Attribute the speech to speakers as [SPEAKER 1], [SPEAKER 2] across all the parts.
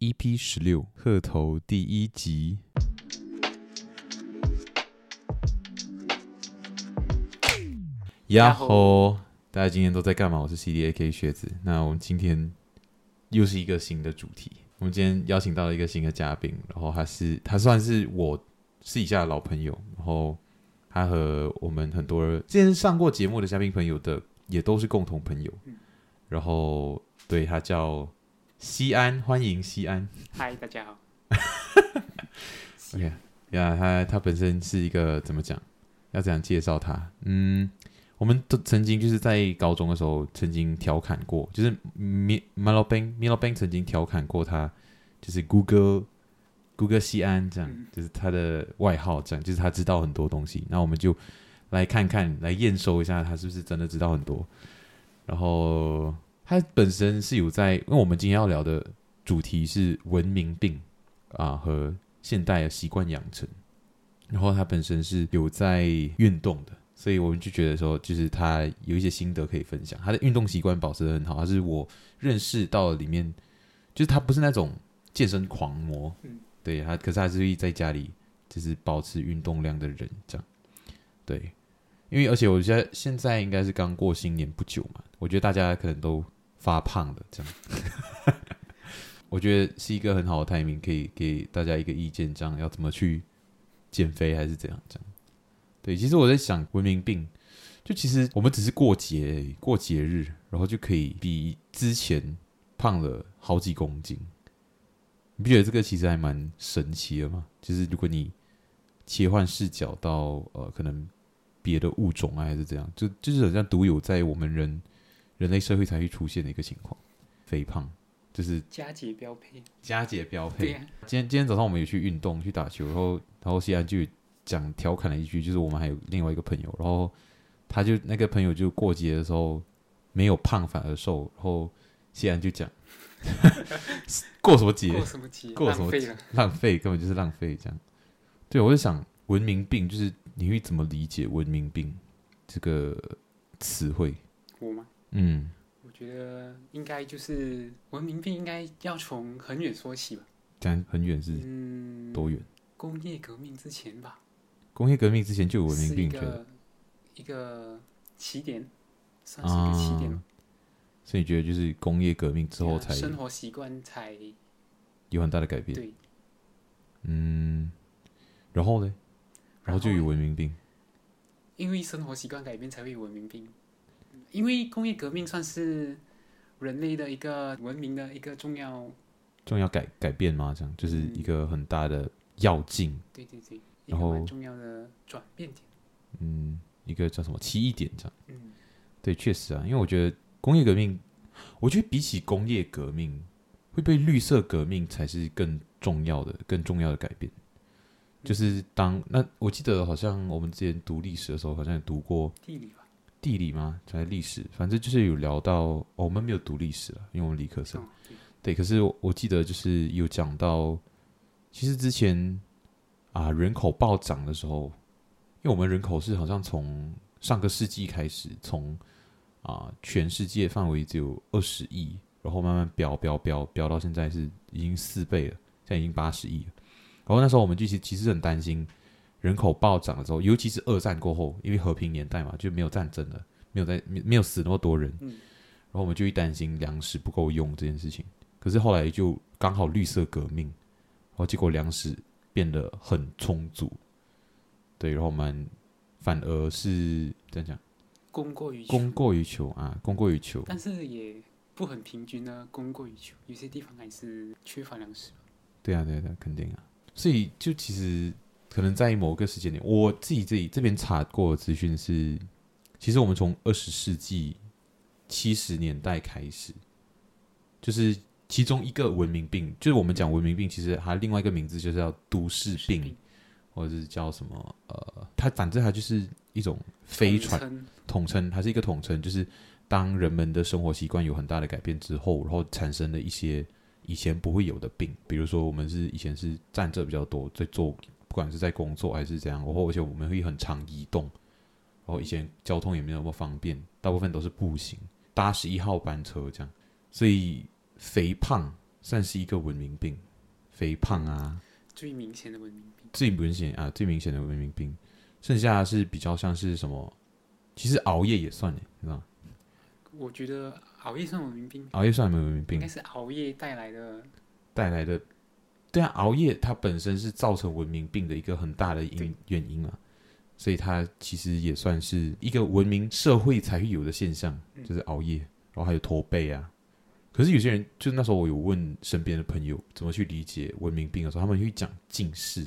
[SPEAKER 1] EP ，E 十六，鹤头第一集。呀吼！大家今天都在干嘛？我是 C D A K 学子。那我们今天又是一个新的主题。我们今天邀请到了一个新的嘉宾，然后他是他算是我私底下的老朋友，然后他和我们很多之前上过节目的嘉宾朋友的也都是共同朋友。然后对他叫西安，欢迎西安。
[SPEAKER 2] 嗨，大家好。
[SPEAKER 1] OK，呀、他他本身是一个怎么讲？要怎样介绍他？嗯，我们都曾经就是在高中的时候曾经调侃过，就是米米老兵米老兵曾经调侃过他，就是 Google Google 西安这样，
[SPEAKER 2] 嗯
[SPEAKER 1] 就是他的外号这样，就是他知道很多东西。那我们就来看看，来验收一下他是不是真的知道很多。然后他本身是有在，因为我们今天要聊的主题是文明病啊和现代的习惯养成。然后他本身是有在运动的，所以我们就觉得说，就是他有一些心得可以分享。他的运动习惯保持的很好，他是我认识到里面，就是他不是那种健身狂魔，
[SPEAKER 2] 嗯
[SPEAKER 1] 对他，可是他是会在家里就是保持运动量的人，这样，对。因为而且我觉得现在应该是刚过新年不久嘛，我觉得大家可能都发胖了，这样。我觉得是一个很好的 timing，可以给大家一个意见，这样要怎么去减肥还是怎样这样。对，其实我在想，文明病就其实我们只是过节而已过节日，然后就可以比之前胖了好几公斤。你不觉得这个其实还蛮神奇的吗？就是如果你切换视角到呃，可能别的物种啊，还是怎样，就就是好像独有在我们人人类社会才会出现的一个情况，肥胖就是
[SPEAKER 2] 佳节标配，
[SPEAKER 1] 佳节标配。
[SPEAKER 2] 对呀、啊
[SPEAKER 1] 今天今天早上我们有去运动，去打球，然后然后西安就讲调侃了一句，就是我们还有另外一个朋友，然后他就那个朋友就过节的时候没有胖反而瘦，然后西安就讲 过什么节
[SPEAKER 2] 过什么节？
[SPEAKER 1] 过什么
[SPEAKER 2] 浪
[SPEAKER 1] 节
[SPEAKER 2] 费了。
[SPEAKER 1] 浪费，根本就是浪费这样。对，我就想文明病就是你会怎么理解文明病这个词汇？
[SPEAKER 2] 我吗？
[SPEAKER 1] 嗯，
[SPEAKER 2] 我觉得应该就是文明病，应该要从很远说起吧。
[SPEAKER 1] 讲很远是
[SPEAKER 2] 嗯，
[SPEAKER 1] 多远？
[SPEAKER 2] 工业革命之前吧，
[SPEAKER 1] 工业革命之前就有文明
[SPEAKER 2] 是一
[SPEAKER 1] 病，觉得
[SPEAKER 2] 个一个起点，算是一个起点吧。
[SPEAKER 1] 所以你觉得就是工业革命啊之后
[SPEAKER 2] 对啊
[SPEAKER 1] 才
[SPEAKER 2] 生活习惯才
[SPEAKER 1] 有很大的改变。
[SPEAKER 2] 对，
[SPEAKER 1] 嗯，然后呢？然后就有文明病。
[SPEAKER 2] 因为生活习惯改变才会有文明病。因为工业革命算是人类的一个文明的一个重要
[SPEAKER 1] 重要改改变吗？这样就是一个很大的要进，
[SPEAKER 2] 对对对，一
[SPEAKER 1] 然
[SPEAKER 2] 个
[SPEAKER 1] 后
[SPEAKER 2] 蛮重要的转变点。
[SPEAKER 1] 嗯，一个叫什么奇异点这样。
[SPEAKER 2] 嗯，
[SPEAKER 1] 对，确实啊，因为我觉得工业革命，我觉得比起工业革命，会被绿色革命才是更重要的、更重要的改变。就是当那我记得好像我们之前读历史的时候，好像也读过
[SPEAKER 2] 地理吧，
[SPEAKER 1] 地理吗？还是历史？反正就是有聊到、哦，我们没有读历史了，因为我们理科生。
[SPEAKER 2] 嗯，对，
[SPEAKER 1] 对，可是我我记得就是有讲到，其实之前啊人口暴涨的时候，因为我们人口是好像从上个世纪开始，从啊全世界范围只有二十亿，然后慢慢飙飙飙飙到现在是已经四倍了，现在已经八十亿了。然后那时候我们就其其实很担心人口暴涨的时候，尤其是二战过后，因为和平年代嘛，就没有战争了，没有在没没有死那么多人，
[SPEAKER 2] 嗯
[SPEAKER 1] 然后我们就一担心粮食不够用这件事情。可是后来就刚好绿色革命，然后结果粮食变得很充足，对，然后我们反而是这样讲，
[SPEAKER 2] 供过于求，
[SPEAKER 1] 供过于求啊，供过于求，
[SPEAKER 2] 但是也不很平均呢，供过于求，有些地方还是缺乏粮食吧。
[SPEAKER 1] 对啊，对啊，对啊肯定啊。所以就其实可能在某个时间点，我自己自己这边查过的资讯是，其实我们从二十世纪七十年代开始，就是其中一个文明病，就是我们讲文明病，其实还另外一个名字就是叫都市病，或者是叫什么呃，它反正它就是一种非传
[SPEAKER 2] 统称
[SPEAKER 1] 统称，它是一个统称，就是当人们的生活习惯有很大的改变之后，然后产生的一些以前不会有的病，比如说我们是以前是站着比较多，在做不管是在工作还是怎样，然后而且我们会很常移动，然后以前交通也没有那么方便，大部分都是步行，搭十一号班车这样，所以肥胖啊算是一个文明病，肥胖啊，
[SPEAKER 2] 最明显的文明病，
[SPEAKER 1] 最明显啊，最明显的文明病，剩下是比较像是什么？其实熬夜也算耶，你知道吗？
[SPEAKER 2] 我觉得熬夜算文明病，
[SPEAKER 1] 熬夜算没有文明
[SPEAKER 2] 应
[SPEAKER 1] 病
[SPEAKER 2] 该是熬夜带来的
[SPEAKER 1] 带来的，对啊，熬夜它本身是造成文明病的一个很大的因
[SPEAKER 2] 对
[SPEAKER 1] 原因嘛，啊所以它其实也算是一个文明社会才会有的现象，
[SPEAKER 2] 嗯
[SPEAKER 1] 就是熬夜，然后还有驼背啊。可是有些人，就那时候我有问身边的朋友怎么去理解文明病的时候，他们会讲近视，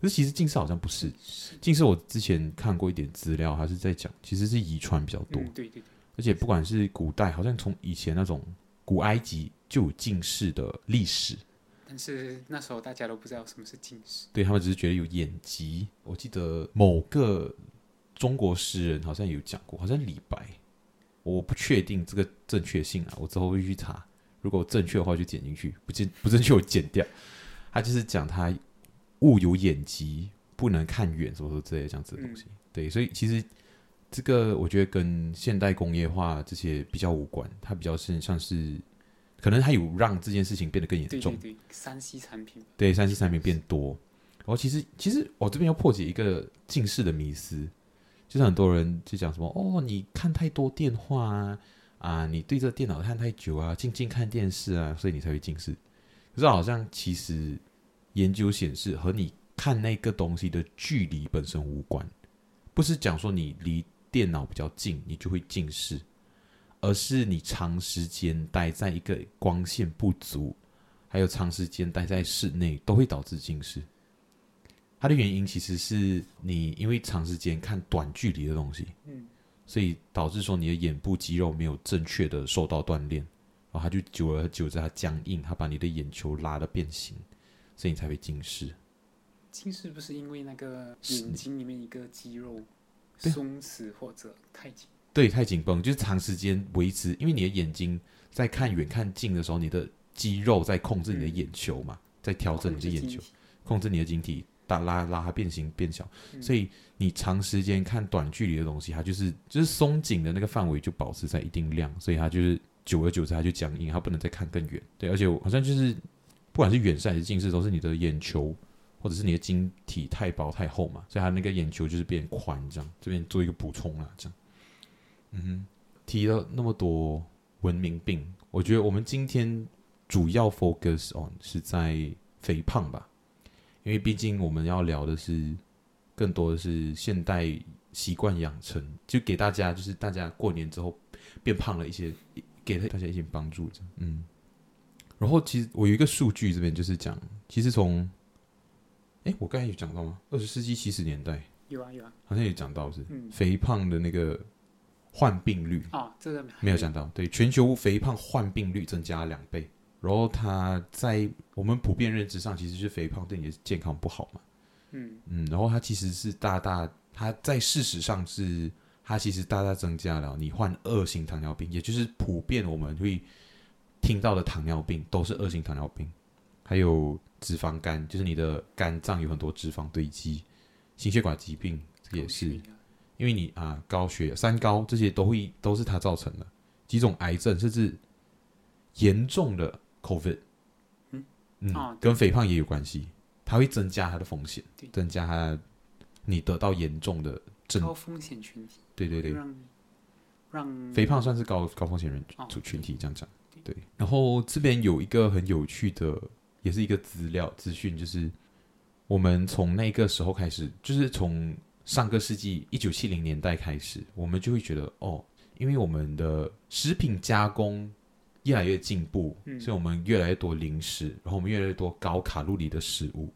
[SPEAKER 1] 可是其实近视好像不是，
[SPEAKER 2] 嗯
[SPEAKER 1] 近视我之前看过一点资料，还是在讲其实是遗传比较多，
[SPEAKER 2] 嗯，对对对，
[SPEAKER 1] 而且不管是古代，好像从以前那种古埃及就有近视的历史，
[SPEAKER 2] 但是那时候大家都不知道什么是近视，
[SPEAKER 1] 对他们只是觉得有眼疾。我记得某个中国诗人好像有讲过，好像李白，我不确定这个正确性啊，我之后会去查。如果正确的话就剪进去，不正 不正确我剪掉。他就是讲他物有眼疾，不能看远，什么什么之类的这样子的东
[SPEAKER 2] 嗯
[SPEAKER 1] 西。对，所以其实这个我觉得跟现代工业化这些比较无关，它比较是像是可能它有让这件事情变得更严
[SPEAKER 2] 对
[SPEAKER 1] 重
[SPEAKER 2] 对。对，三 C 产品，
[SPEAKER 1] 对，三 C 产品变多。然后其实其实我这边要破解一个近视的迷思，就是很多人就讲什么哦，你看太多电话啊，啊，你对着电脑看太久啊，静静看电视啊，所以你才会近视。可是好像其实研究显示，和你看那个东西的距离本身无关，不是讲说你离电脑比较近，你就会近视，而是你长时间待在一个光线不足，还有长时间待在室内，都会导致近视。它的原因其实是你因为长时间看短距离的东西，
[SPEAKER 2] 嗯，
[SPEAKER 1] 所以导致说你的眼部肌肉没有正确的受到锻炼，然后它就久而久之它僵硬，它把你的眼球拉的变形，所以你才会近视。
[SPEAKER 2] 近视不是因为那个
[SPEAKER 1] 是
[SPEAKER 2] 眼睛里面一个肌肉
[SPEAKER 1] 对
[SPEAKER 2] 松弛或者太紧，
[SPEAKER 1] 对，太紧绷就是长时间维持，因为你的眼睛在看远看近的时候，你的肌肉在控制你的眼球嘛，在调整你的眼球。控制你的晶体，打拉拉它变形变小，所以你长时间看短距离的东西，它就是就是松紧的那个范围就保持在一定量，所以它就是久而久之它就僵硬，它不能再看更远。对，而且我好像就是不管是远视还是近视，都是你的眼球或者是你的晶体太薄太厚嘛，所以它那个眼球就是变宽这样。这边做一个补充啦，这样。嗯哼，提了那么多文明病，我觉得我们今天主要 focus on 是在肥胖吧。因为毕竟我们要聊的是更多的是现代习惯养成，就给大家就是大家过年之后变胖了一些，给大家一些帮助这样。嗯，然后其实我有一个数据这边就是讲，其实从哎我刚才有讲到吗？二十世纪七十年代
[SPEAKER 2] 有啊有啊，
[SPEAKER 1] 好像有讲到是
[SPEAKER 2] 嗯
[SPEAKER 1] 肥胖的那个患病率，
[SPEAKER 2] 啊，这个
[SPEAKER 1] 没有讲到，对全球肥胖患病率增加两倍，然后它在我们普遍认知上，其实是肥胖对你的健康不好嘛。
[SPEAKER 2] 嗯
[SPEAKER 1] 嗯，然后它其实是大大，它在事实上是它其实大大增加了你患二型糖尿病，也就是普遍我们会听到的糖尿病都是二型糖尿病，还有脂肪肝，就是你的肝脏有很多脂肪堆积，心血管疾病这也是，
[SPEAKER 2] 啊
[SPEAKER 1] 因为你啊高血三高这些都会都是它造成的，几种癌症甚至严重的 COVID，
[SPEAKER 2] 嗯
[SPEAKER 1] 嗯
[SPEAKER 2] 哦
[SPEAKER 1] 跟肥胖也有关系，它会增加它的风险
[SPEAKER 2] 对，
[SPEAKER 1] 增加它你得到严重的症，
[SPEAKER 2] 高风险群体，
[SPEAKER 1] 对对对，
[SPEAKER 2] 让让
[SPEAKER 1] 肥胖算是高高风险人
[SPEAKER 2] 嗯哦
[SPEAKER 1] 族群体这样讲，对。然后这边有一个很有趣的，也是一个资料资讯，就是我们从那个时候开始，就是从上个世纪一九七零年代开始，我们就会觉得哦，因为我们的食品加工越来越进步，
[SPEAKER 2] 嗯
[SPEAKER 1] 所以我们越来越多零食，然后我们越来越多高卡路里的食物。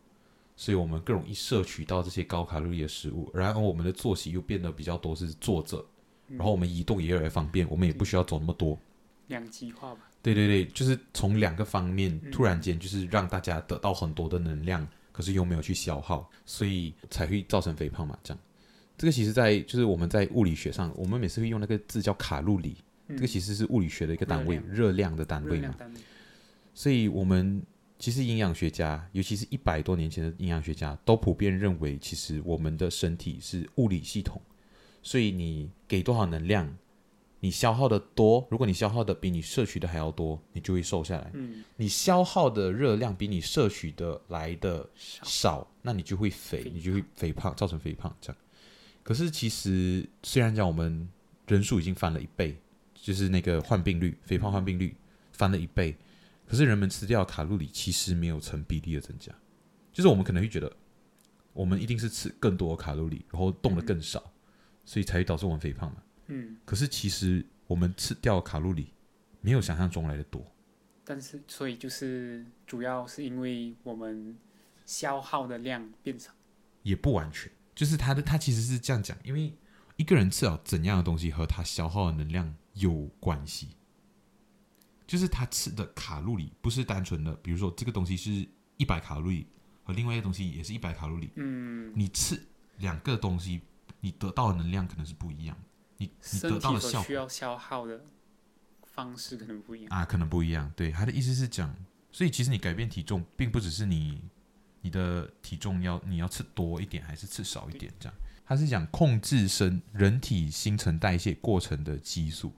[SPEAKER 1] 所以我们更容易摄取到这些高卡路里的食物，然而我们的
[SPEAKER 2] 嗯
[SPEAKER 1] 作息又变得比较多是坐着，然后我们移动也越来越方便，我们也不需要走那么多，
[SPEAKER 2] 两极化吧。
[SPEAKER 1] 对对对，就是从两个方面
[SPEAKER 2] 嗯
[SPEAKER 1] 突然间就是让大家得到很多的能量，可是又没有去消耗，所以才会造成肥胖嘛。这样，这个其实在就是我们在物理学上，我们每次会用那个字叫卡路里，
[SPEAKER 2] 嗯
[SPEAKER 1] 这个其实是物理学的一个单位，
[SPEAKER 2] 热量
[SPEAKER 1] 热量的单
[SPEAKER 2] 热
[SPEAKER 1] 位嘛
[SPEAKER 2] 量。单位，
[SPEAKER 1] 所以我们其实营养学家，尤其是一百多年前的营养学家，都普遍认为，其实我们的身体是物理系统，所以你给多少能量，你消耗的多，如果你消耗的比你摄取的还要多，你就会瘦下来；
[SPEAKER 2] 嗯，
[SPEAKER 1] 你消耗的热量比你摄取的来的
[SPEAKER 2] 少
[SPEAKER 1] 少，那你就会肥
[SPEAKER 2] 肥，
[SPEAKER 1] 你就会肥胖，造成肥胖这样。可是其实虽然讲我们人数已经翻了一倍，就是那个患病率，肥胖患病率翻了一倍，可是人们吃掉的卡路里其实没有成比例的增加，就是我们可能会觉得我们一定是吃更多的卡路里，然后动得更少，所以才会导致我们肥胖嘛。
[SPEAKER 2] 嗯，
[SPEAKER 1] 可是其实我们吃掉的卡路里没有想象中来的多，
[SPEAKER 2] 但是所以就是主要是因为我们消耗的量变少，
[SPEAKER 1] 也不完全，就是他的他其实是这样讲，因为一个人吃了怎样的东西和他消耗的能量有关系，就是他吃的卡路里不是单纯的，比如说这个东西是一百卡路里，和另外一个东西也是一百卡路里，
[SPEAKER 2] 嗯，
[SPEAKER 1] 你吃两个东西，你得到的能量可能是不一样，你你
[SPEAKER 2] 身
[SPEAKER 1] 得到
[SPEAKER 2] 体
[SPEAKER 1] 的
[SPEAKER 2] 所
[SPEAKER 1] 效
[SPEAKER 2] 需
[SPEAKER 1] 果
[SPEAKER 2] 要消耗的方式可能不一样，
[SPEAKER 1] 啊可能不一样。对，他的意思是讲，所以其实你改变体重，并不只是你你的体重要你要吃多一点还是吃少一点这样。他是讲控制身人体新陈代谢过程的激素，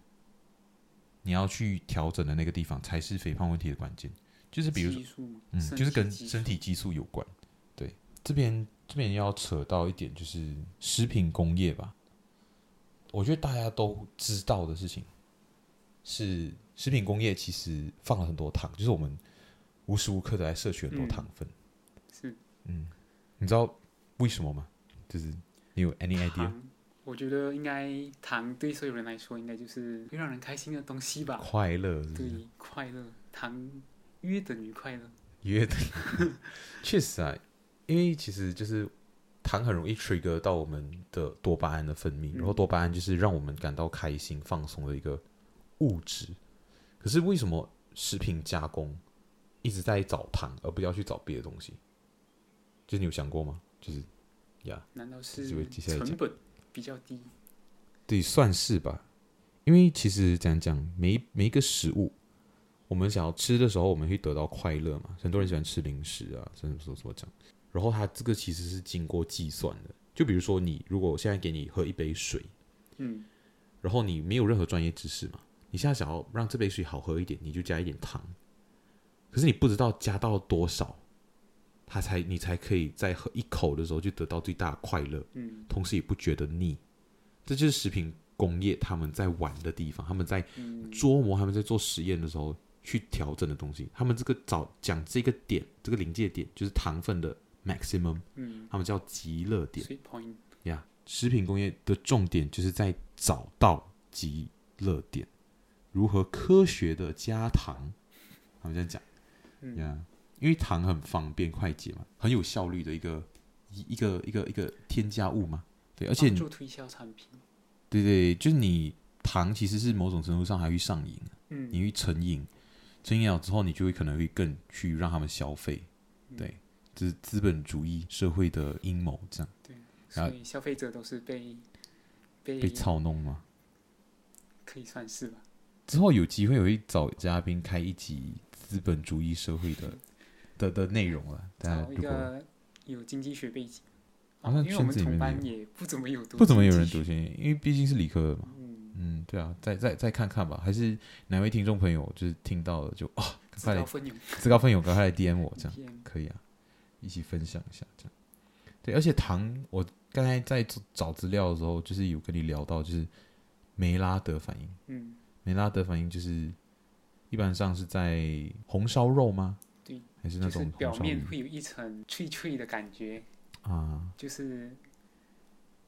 [SPEAKER 1] 你要去调整的那个地方才是肥胖问题的关键。就是比如说
[SPEAKER 2] 激素嘛，
[SPEAKER 1] 嗯，
[SPEAKER 2] 身
[SPEAKER 1] 就是
[SPEAKER 2] 体
[SPEAKER 1] 跟
[SPEAKER 2] 激素
[SPEAKER 1] 身体激素有关。对，这边这边要扯到一点，就是食品工业吧。我觉得大家都知道的事情是，食品工业其实放了很多糖，就是我们无时无刻的来摄取很多
[SPEAKER 2] 嗯
[SPEAKER 1] 糖分。
[SPEAKER 2] 是
[SPEAKER 1] 你知道为什么吗？就是你有 any idea？
[SPEAKER 2] 糖。我觉得应该糖对所有人来说，应该就是会让人开心的东西吧。
[SPEAKER 1] 快乐是不是
[SPEAKER 2] 对，快乐，糖约等于快乐。
[SPEAKER 1] 约的， 确实啊，因为其实就是糖很容易 trigger 到我们的多巴胺的分泌，
[SPEAKER 2] 嗯
[SPEAKER 1] 然后多巴胺就是让我们感到开心、放松的一个物质。可是为什么食品加工一直在找糖，而不要去找别的东西？就是你有想过吗？就是呀
[SPEAKER 2] 难道
[SPEAKER 1] 这位
[SPEAKER 2] 是
[SPEAKER 1] 接下来讲
[SPEAKER 2] 成本比较低？
[SPEAKER 1] 对，算是吧。因为其实讲讲，每一每一个食物，我们想要吃的时候，我们会得到快乐嘛。很多人喜欢吃零食啊，什么什么什么讲。然后它这个其实是经过计算的。就比如说，你如果我现在给你喝一杯水，
[SPEAKER 2] 嗯，
[SPEAKER 1] 然后你没有任何专业知识嘛，你现在想要让这杯水好喝一点，你就加一点糖。可是你不知道加到多少，它才你才可以在喝一口的时候就得到最大的快乐。
[SPEAKER 2] 嗯，
[SPEAKER 1] 同时也不觉得腻。这就是食品工业他们在玩的地方，他们在
[SPEAKER 2] 嗯，
[SPEAKER 1] 琢磨，他们在做实验的时候去调整的东西。他们这个找讲这个点，这个临界点就是糖分的 maximum，
[SPEAKER 2] 嗯
[SPEAKER 1] 他们叫极乐点
[SPEAKER 2] ，sweet point，
[SPEAKER 1] 呀。食品工业的重点就是在找到极乐点，如何科学的加糖，他们这样讲。
[SPEAKER 2] 嗯，
[SPEAKER 1] 呀、因为糖很方便快捷嘛，很有效率的一个一一个一个一个添加物嘛。对，而且
[SPEAKER 2] 帮
[SPEAKER 1] 你
[SPEAKER 2] 助推销产品，
[SPEAKER 1] 对对，就是你糖其实是某种程度上还会上瘾，你
[SPEAKER 2] 嗯，
[SPEAKER 1] 会成瘾，成瘾了之后，你就会可能会更去让他们消费，对，这是资本主义社会的阴谋，这样然
[SPEAKER 2] 所
[SPEAKER 1] 后
[SPEAKER 2] 以消费者都是被被
[SPEAKER 1] 被操弄嘛。
[SPEAKER 2] 可以算是吧。
[SPEAKER 1] 之后有机会我会找嘉宾开一集资本主义社会的的的内容了，大家
[SPEAKER 2] 找一
[SPEAKER 1] 如果
[SPEAKER 2] 个有经济学背景，
[SPEAKER 1] 好
[SPEAKER 2] 啊
[SPEAKER 1] 像
[SPEAKER 2] 因为我
[SPEAKER 1] 圈
[SPEAKER 2] 们
[SPEAKER 1] 子里
[SPEAKER 2] 同
[SPEAKER 1] 面
[SPEAKER 2] 班
[SPEAKER 1] 没
[SPEAKER 2] 也不怎么有读，
[SPEAKER 1] 不怎么有人读，心理，因为毕竟是理科的嘛。
[SPEAKER 2] 嗯，
[SPEAKER 1] 嗯，对啊，再再再看看吧，还是哪位听众朋友就是听到了就啊，赶
[SPEAKER 2] 知
[SPEAKER 1] 快
[SPEAKER 2] 道
[SPEAKER 1] 来，
[SPEAKER 2] 分有
[SPEAKER 1] 自告奋勇，赶快来 DM 我这样。
[SPEAKER 2] 偏
[SPEAKER 1] 可以啊，一起分享一下这样。对，而且糖，我刚才在做找资料的时候，就是有跟你聊到，就是梅拉德反应。
[SPEAKER 2] 嗯，
[SPEAKER 1] 梅拉德反应就是一般上是在红烧肉吗？
[SPEAKER 2] 对，
[SPEAKER 1] 还是那
[SPEAKER 2] 就是
[SPEAKER 1] 种
[SPEAKER 2] 表
[SPEAKER 1] 红烧
[SPEAKER 2] 面
[SPEAKER 1] 鱼
[SPEAKER 2] 会有一层脆脆的感觉，
[SPEAKER 1] 啊？
[SPEAKER 2] 就是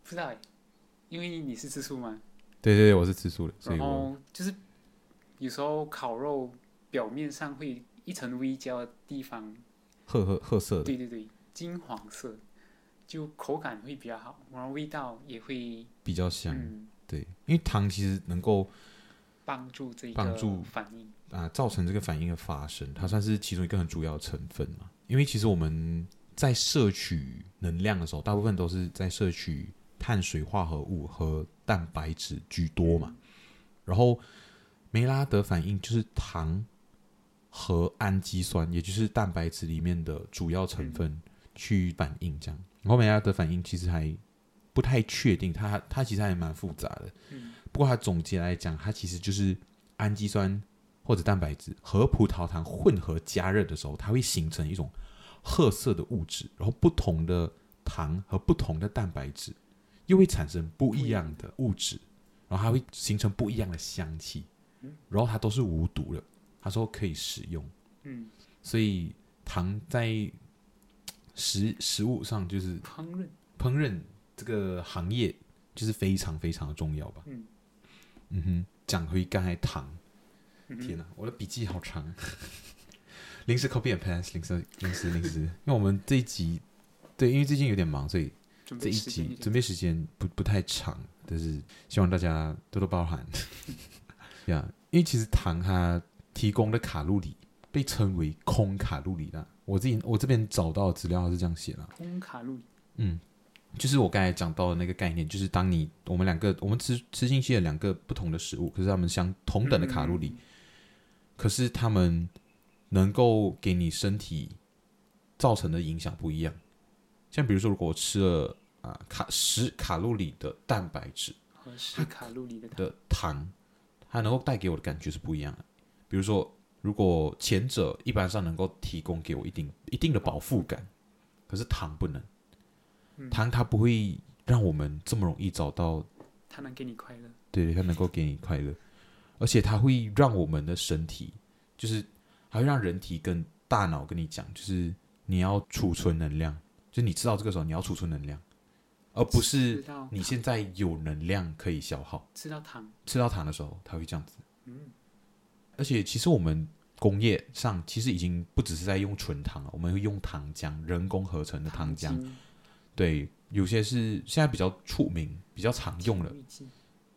[SPEAKER 2] 不知道欸，因为你是吃素嘛，
[SPEAKER 1] 对对对，我是吃素的，所以
[SPEAKER 2] 然
[SPEAKER 1] 我
[SPEAKER 2] 后就是有时候烤肉表面上会一层微焦的地方，
[SPEAKER 1] 褐褐褐色的，
[SPEAKER 2] 对对对，金黄色，就口感会比较好，然后味道也会
[SPEAKER 1] 比较香。
[SPEAKER 2] 嗯
[SPEAKER 1] 对，因为糖其实能够
[SPEAKER 2] 帮助这
[SPEAKER 1] 帮
[SPEAKER 2] 个
[SPEAKER 1] 助
[SPEAKER 2] 反应。
[SPEAKER 1] 啊，造成这个反应的发生，它算是其中一个很主要的成分嘛。因为其实我们在摄取能量的时候，大部分都是在摄取碳水化合物和蛋白质居多嘛。然后梅拉德反应就是糖和氨基酸，也就是蛋白质里面的主要成分去反应这样。然后梅拉德反应其实还不太确定，它它其实还蛮复杂的。
[SPEAKER 2] 嗯
[SPEAKER 1] 不过它总结来讲，它其实就是氨基酸或者蛋白质和葡萄糖混合加热的时候，它会形成一种褐色的物质，然后不同的糖和不同的蛋白质又会产生不一样的物质，然后它会形成不一样的香气，然后它都是无毒的，他说可以食用，
[SPEAKER 2] 嗯，
[SPEAKER 1] 所以糖在嘖食食物上就是
[SPEAKER 2] 嗯烹饪
[SPEAKER 1] 烹饪这个行业就是非常非常的重要吧。
[SPEAKER 2] 嗯
[SPEAKER 1] 嗯哼，讲回刚才糖，
[SPEAKER 2] 嗯哼
[SPEAKER 1] 天哪，我的笔记好长。 临时 copy and pass，临时临时临时，因为我们这一集对，因为最近有点忙，所以
[SPEAKER 2] 准
[SPEAKER 1] 这
[SPEAKER 2] 备
[SPEAKER 1] 一
[SPEAKER 2] 时间
[SPEAKER 1] 集
[SPEAKER 2] 有点
[SPEAKER 1] 准备时间不不太长，但是希望大家多多包涵。 呀、因为其实糖它提供的卡路里被称为空卡路里啦。我自己我这边找到的资料它是这样写啦，
[SPEAKER 2] 空卡路里，
[SPEAKER 1] 嗯，就是我刚才讲到的那个概念，就是当你我们两个我们吃吃进去了两个不同的食物，可是它们相同等的卡路里，可是它们能够给你身体造成的影响不一样。像比如说，如果我吃了啊、卡十卡路里的蛋白质
[SPEAKER 2] 和 十卡路里的糖，
[SPEAKER 1] 的糖，它能够带给我的感觉是不一样的。比如说，如果前者一般上能够提供给我一定一定的饱腹感，可是糖不能。
[SPEAKER 2] 嗯
[SPEAKER 1] 糖它不会让我们这么容易找到，
[SPEAKER 2] 它能给你快乐。
[SPEAKER 1] 对，它能够给你快乐，而且它会让我们的身体，就是它会让人体跟大脑跟你讲，就是你要储存能量，就是你知道这个时候你要储存能量，而不
[SPEAKER 2] 知
[SPEAKER 1] 是
[SPEAKER 2] 道
[SPEAKER 1] 你现在有能量可以消耗。
[SPEAKER 2] 吃到糖，
[SPEAKER 1] 吃到糖的时候，它会这样子。
[SPEAKER 2] 嗯
[SPEAKER 1] 而且其实我们工业上其实已经不只是在用纯糖了，我们会用糖浆，人工合成的糖浆。
[SPEAKER 2] 精
[SPEAKER 1] 对，有些是现在比较出名、比较常用的
[SPEAKER 2] 甜味剂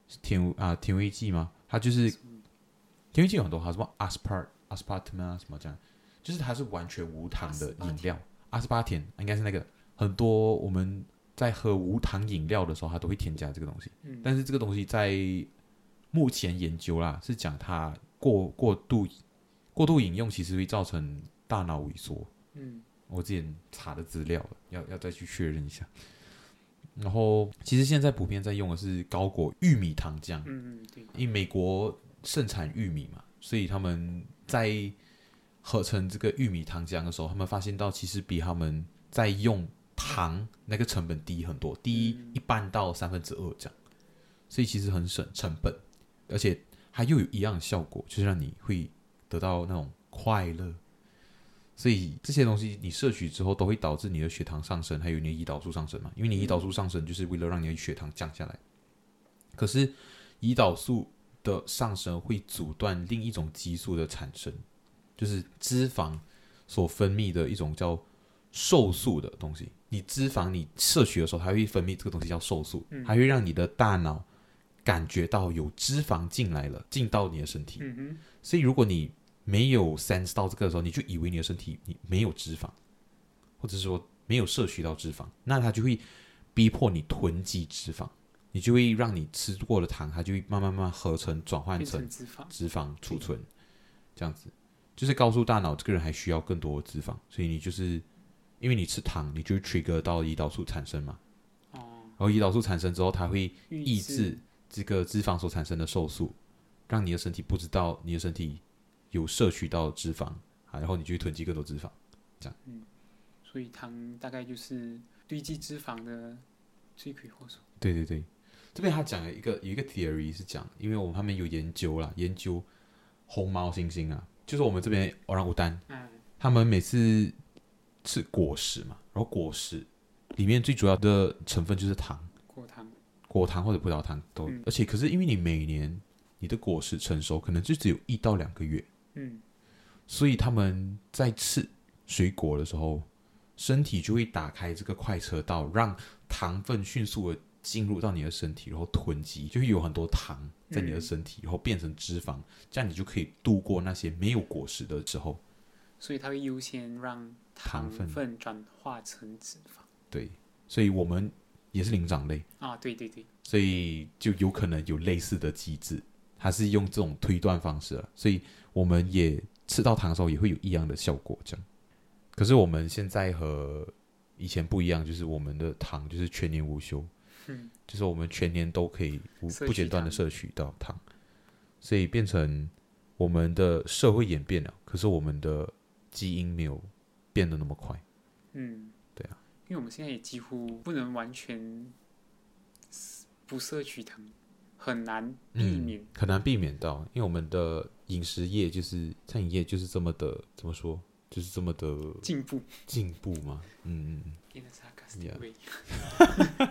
[SPEAKER 1] 是甜味啊甜味剂吗？它就是
[SPEAKER 2] 什么
[SPEAKER 1] 甜味剂有很多，还有什么 aspart aspartame 啊什么这样，就是它是完全无糖的饮料，阿斯巴甜应该是那个很多我们在喝无糖饮料的时候，它都会添加这个东西。
[SPEAKER 2] 嗯
[SPEAKER 1] 但是这个东西在目前研究啦，是讲它过过度过度饮用，其实会造成大脑萎缩。
[SPEAKER 2] 嗯
[SPEAKER 1] 我之前查的资料了，要要再去确认一下。然后，其实现在普遍在用的是高果玉米糖浆，
[SPEAKER 2] 嗯嗯对，
[SPEAKER 1] 因为美国盛产玉米嘛，所以他们在合成这个玉米糖浆的时候，他们发现到其实比他们在用糖那个成本低很多，低一半到三分之二这样，所以其实很省成本，而且它又有一样的效果，就是让你会得到那种快乐。所以这些东西你摄取之后，都会导致你的血糖上升，还有你的胰岛素上升嘛？因为你胰岛素上升，就是为了让你的血糖降下来。可是胰岛素的上升会阻断另一种激素的产生，就是脂肪所分泌的一种叫瘦素的东西。你脂肪你摄取的时候，它会分泌这个东西叫瘦素，
[SPEAKER 2] 嗯
[SPEAKER 1] 它会让你的大脑感觉到有脂肪进来了，进到你的身体。
[SPEAKER 2] 嗯哼。
[SPEAKER 1] 所以如果你没有 sense 到这个的时候，你就以为你的身体你没有脂肪，或者是说没有摄取到脂肪，那它就会逼迫你囤积脂肪，你就会让你吃过的糖，它就会慢慢慢慢合成转换
[SPEAKER 2] 变
[SPEAKER 1] 成
[SPEAKER 2] 成脂肪，
[SPEAKER 1] 脂肪储存，这样子就是告诉大脑这个人还需要更多的脂肪，所以你就是因为你吃糖，你就会 trigger 到胰岛素产生嘛，
[SPEAKER 2] 哦，
[SPEAKER 1] 然后胰岛素产生之后，它会抑
[SPEAKER 2] 抑
[SPEAKER 1] 制这个脂肪所产生的瘦素，让你的身体不知道你的身体有摄取到脂肪啊，然后你就会囤积更多脂肪。
[SPEAKER 2] 所以糖大概就是堆积脂肪的罪魁祸首。
[SPEAKER 1] 对对对，这边他讲了一个有一个 theory 是讲，因为我们他们有研究啦，研究红毛猩猩啊，就是我们这边奥朗乌丹，
[SPEAKER 2] 嗯
[SPEAKER 1] 他们每次吃果实嘛，然后果实里面最主要的成分就是糖，
[SPEAKER 2] 果糖，
[SPEAKER 1] 果糖或者葡萄糖都，
[SPEAKER 2] 嗯
[SPEAKER 1] 而且可是因为你每年你的果实成熟可能就只有一到两个月。
[SPEAKER 2] 嗯，
[SPEAKER 1] 所以他们在吃水果的时候，身体就会打开这个快车道，让糖分迅速的进入到你的身体，然后囤积，就会有很多糖在你的
[SPEAKER 2] 嗯
[SPEAKER 1] 身体，然后变成脂肪，这样你就可以度过那些没有果实的时候。
[SPEAKER 2] 所以它会优先让
[SPEAKER 1] 糖
[SPEAKER 2] 糖
[SPEAKER 1] 分
[SPEAKER 2] 分转化成脂肪
[SPEAKER 1] 对，所以我们也是灵长类，
[SPEAKER 2] 啊，对对对，
[SPEAKER 1] 所以就有可能有类似的机制，它是用这种推断方式了，所以我们也吃到糖的时候也会有一样的效果，这样。可是我们现在和以前不一样，就是我们的糖就是全年无休，
[SPEAKER 2] 嗯，
[SPEAKER 1] 就是我们全年都可以不
[SPEAKER 2] 摄取
[SPEAKER 1] 不间断的
[SPEAKER 2] 糖
[SPEAKER 1] 摄取到糖，所以变成我们的社会演变了，可是我们的基因没有变得那么快。
[SPEAKER 2] 嗯，
[SPEAKER 1] 对啊，
[SPEAKER 2] 因为我们现在也几乎不能完全不摄取糖，很难避免。
[SPEAKER 1] 嗯、很难避免到，因为我们的饮食业就是餐饮业就是这么的怎么说，就是这么的
[SPEAKER 2] 进步
[SPEAKER 1] 进步嘛。嗯嗯
[SPEAKER 2] in a sarcastic
[SPEAKER 1] Yeah.
[SPEAKER 2] way
[SPEAKER 1] 嗯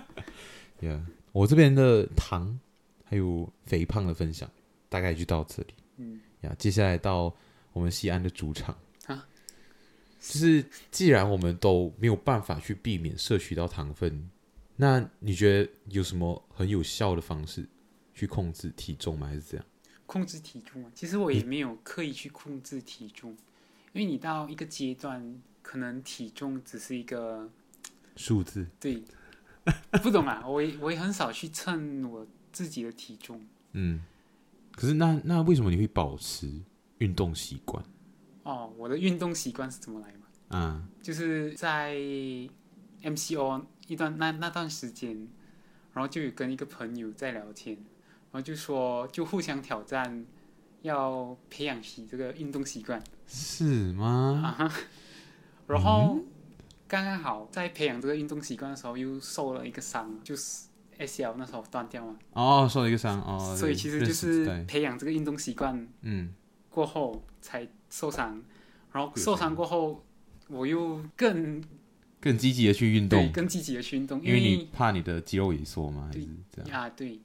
[SPEAKER 1] ，Yeah，我这边的糖还有肥胖的分享大概就到这里
[SPEAKER 2] 嗯，
[SPEAKER 1] 呀。接下来到我们西安的主场
[SPEAKER 2] 啊，
[SPEAKER 1] 就是既然我们都没有办法去避免摄取到糖分，那你觉得有什么很有效的方式去控制体重吗？还是这样？
[SPEAKER 2] 控制体重啊，其实我也没有刻意去控制体重，因为你到一个阶段，可能体重只是一个
[SPEAKER 1] 数字
[SPEAKER 2] 对，不懂啊，我也我也很少去称我自己的体重
[SPEAKER 1] 嗯，可是那那为什么你会保持运动习惯
[SPEAKER 2] 哦。我的运动习惯是怎么来的？
[SPEAKER 1] 啊？
[SPEAKER 2] 就是在 MCO 一段那那段时间，然后就有跟一个朋友在聊天，然后就说就互相挑战，要培养起这个运动习惯。
[SPEAKER 1] 是吗？
[SPEAKER 2] 然后
[SPEAKER 1] 嗯
[SPEAKER 2] 刚刚好在培养这个运动习惯的时候，又受了一个伤，就是 ACL 那时候断掉嘛，
[SPEAKER 1] 哦，受了一个伤哦，
[SPEAKER 2] 所以其实就
[SPEAKER 1] 认识
[SPEAKER 2] 是
[SPEAKER 1] 对，
[SPEAKER 2] 培养这个运动习惯
[SPEAKER 1] 嗯，
[SPEAKER 2] 过后才受伤，然后
[SPEAKER 1] 会有
[SPEAKER 2] 受伤过后我又更
[SPEAKER 1] 更积极的去运
[SPEAKER 2] 对
[SPEAKER 1] 动，
[SPEAKER 2] 更积极的去运动，
[SPEAKER 1] 因为你怕你的肌肉萎缩吗？还
[SPEAKER 2] 对
[SPEAKER 1] 是这样？
[SPEAKER 2] 啊，对，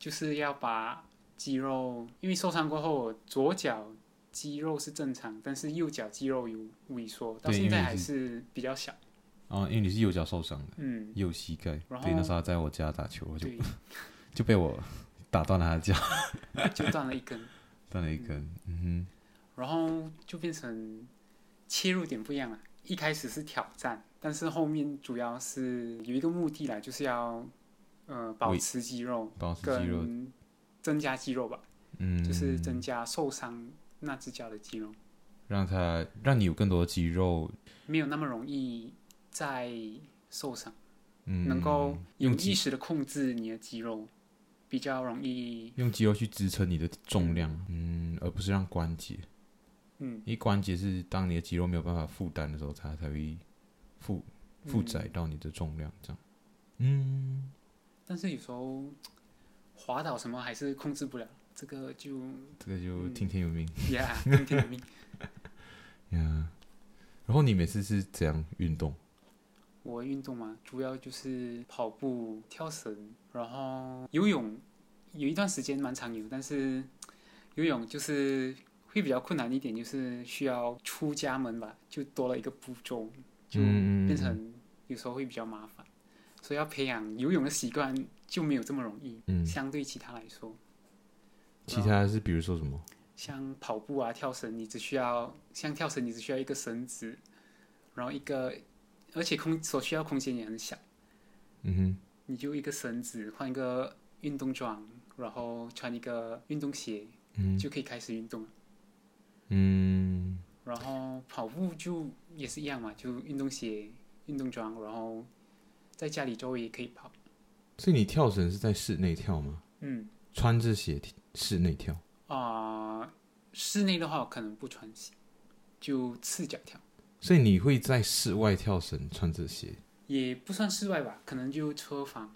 [SPEAKER 2] 就是要把肌肉，因为受伤过后，我左脚肌肉是正常，但是右脚肌肉有萎缩，到
[SPEAKER 1] 对因
[SPEAKER 2] 现
[SPEAKER 1] 为
[SPEAKER 2] 在
[SPEAKER 1] 你
[SPEAKER 2] 还
[SPEAKER 1] 是
[SPEAKER 2] 是比较小。
[SPEAKER 1] 哦，因为你是右脚受伤的，
[SPEAKER 2] 嗯，
[SPEAKER 1] 右膝盖。
[SPEAKER 2] 然后
[SPEAKER 1] 对，那时候他在我家打球，我就
[SPEAKER 2] 对，
[SPEAKER 1] 就被我打断了他的脚，
[SPEAKER 2] 就断了一根，
[SPEAKER 1] 断了一根。嗯
[SPEAKER 2] 然后就变成切入点不一样了。一开始是挑战，但是后面主要是有一个目的啦，就是要呃保
[SPEAKER 1] 维
[SPEAKER 2] 持肌肉
[SPEAKER 1] 哼，保持肌肉，
[SPEAKER 2] 跟增加肌肉吧，
[SPEAKER 1] 嗯，
[SPEAKER 2] 就是增加受伤那只脚的肌肉。
[SPEAKER 1] 让他让你有更多的肌肉，
[SPEAKER 2] 没有那么容易再受伤，
[SPEAKER 1] 嗯，
[SPEAKER 2] 能够有
[SPEAKER 1] 用
[SPEAKER 2] 意
[SPEAKER 1] 肌
[SPEAKER 2] 识的控制你的肌肉，比较容易，
[SPEAKER 1] 用肌肉去支撑你的重量，嗯，而不是让关节。
[SPEAKER 2] 嗯，
[SPEAKER 1] 一关节是当你的肌肉没有办法负担的时候，它才会负负载到你的重量，这样。嗯，
[SPEAKER 2] 但是有时候滑倒什么还是控制不了，这个就
[SPEAKER 1] 这个就
[SPEAKER 2] 嗯
[SPEAKER 1] 听天由命
[SPEAKER 2] 呀，听天由命。
[SPEAKER 1] 呀。然后你每次是怎样运动？
[SPEAKER 2] 我运动嘛，主要就是跑步、跳绳，然后游泳，有一段时间蛮常游，但是游泳就是会比较困难一点，就是需要出家门吧，就多了一个步骤，就
[SPEAKER 1] 嗯嗯嗯
[SPEAKER 2] 变成有时候会比较麻烦，所以要培养游泳的习惯就没有这么容易，
[SPEAKER 1] 嗯，
[SPEAKER 2] 相对其他来说，
[SPEAKER 1] 其他是比如说什么？
[SPEAKER 2] 像跑步啊、跳绳，你只需要像跳绳，你只需要一个绳子，然后一个，而且空所需要空间也很小。
[SPEAKER 1] 嗯
[SPEAKER 2] 你就一个绳子换一个运动装，然后穿一个运动鞋，
[SPEAKER 1] 哼，嗯
[SPEAKER 2] 就可以开始运动了。
[SPEAKER 1] 嗯，
[SPEAKER 2] 然后跑步就也是一样嘛，就运动鞋、运动装，然后在家里周围也可以跑。
[SPEAKER 1] 所以你跳绳是在室内跳吗？
[SPEAKER 2] 嗯
[SPEAKER 1] 穿着鞋跳室内跳？
[SPEAKER 2] 啊、室内的话我可能不穿鞋，就赤脚跳，
[SPEAKER 1] 所以你会在室外跳绳穿着鞋？
[SPEAKER 2] 也不算室外吧，可能就车房。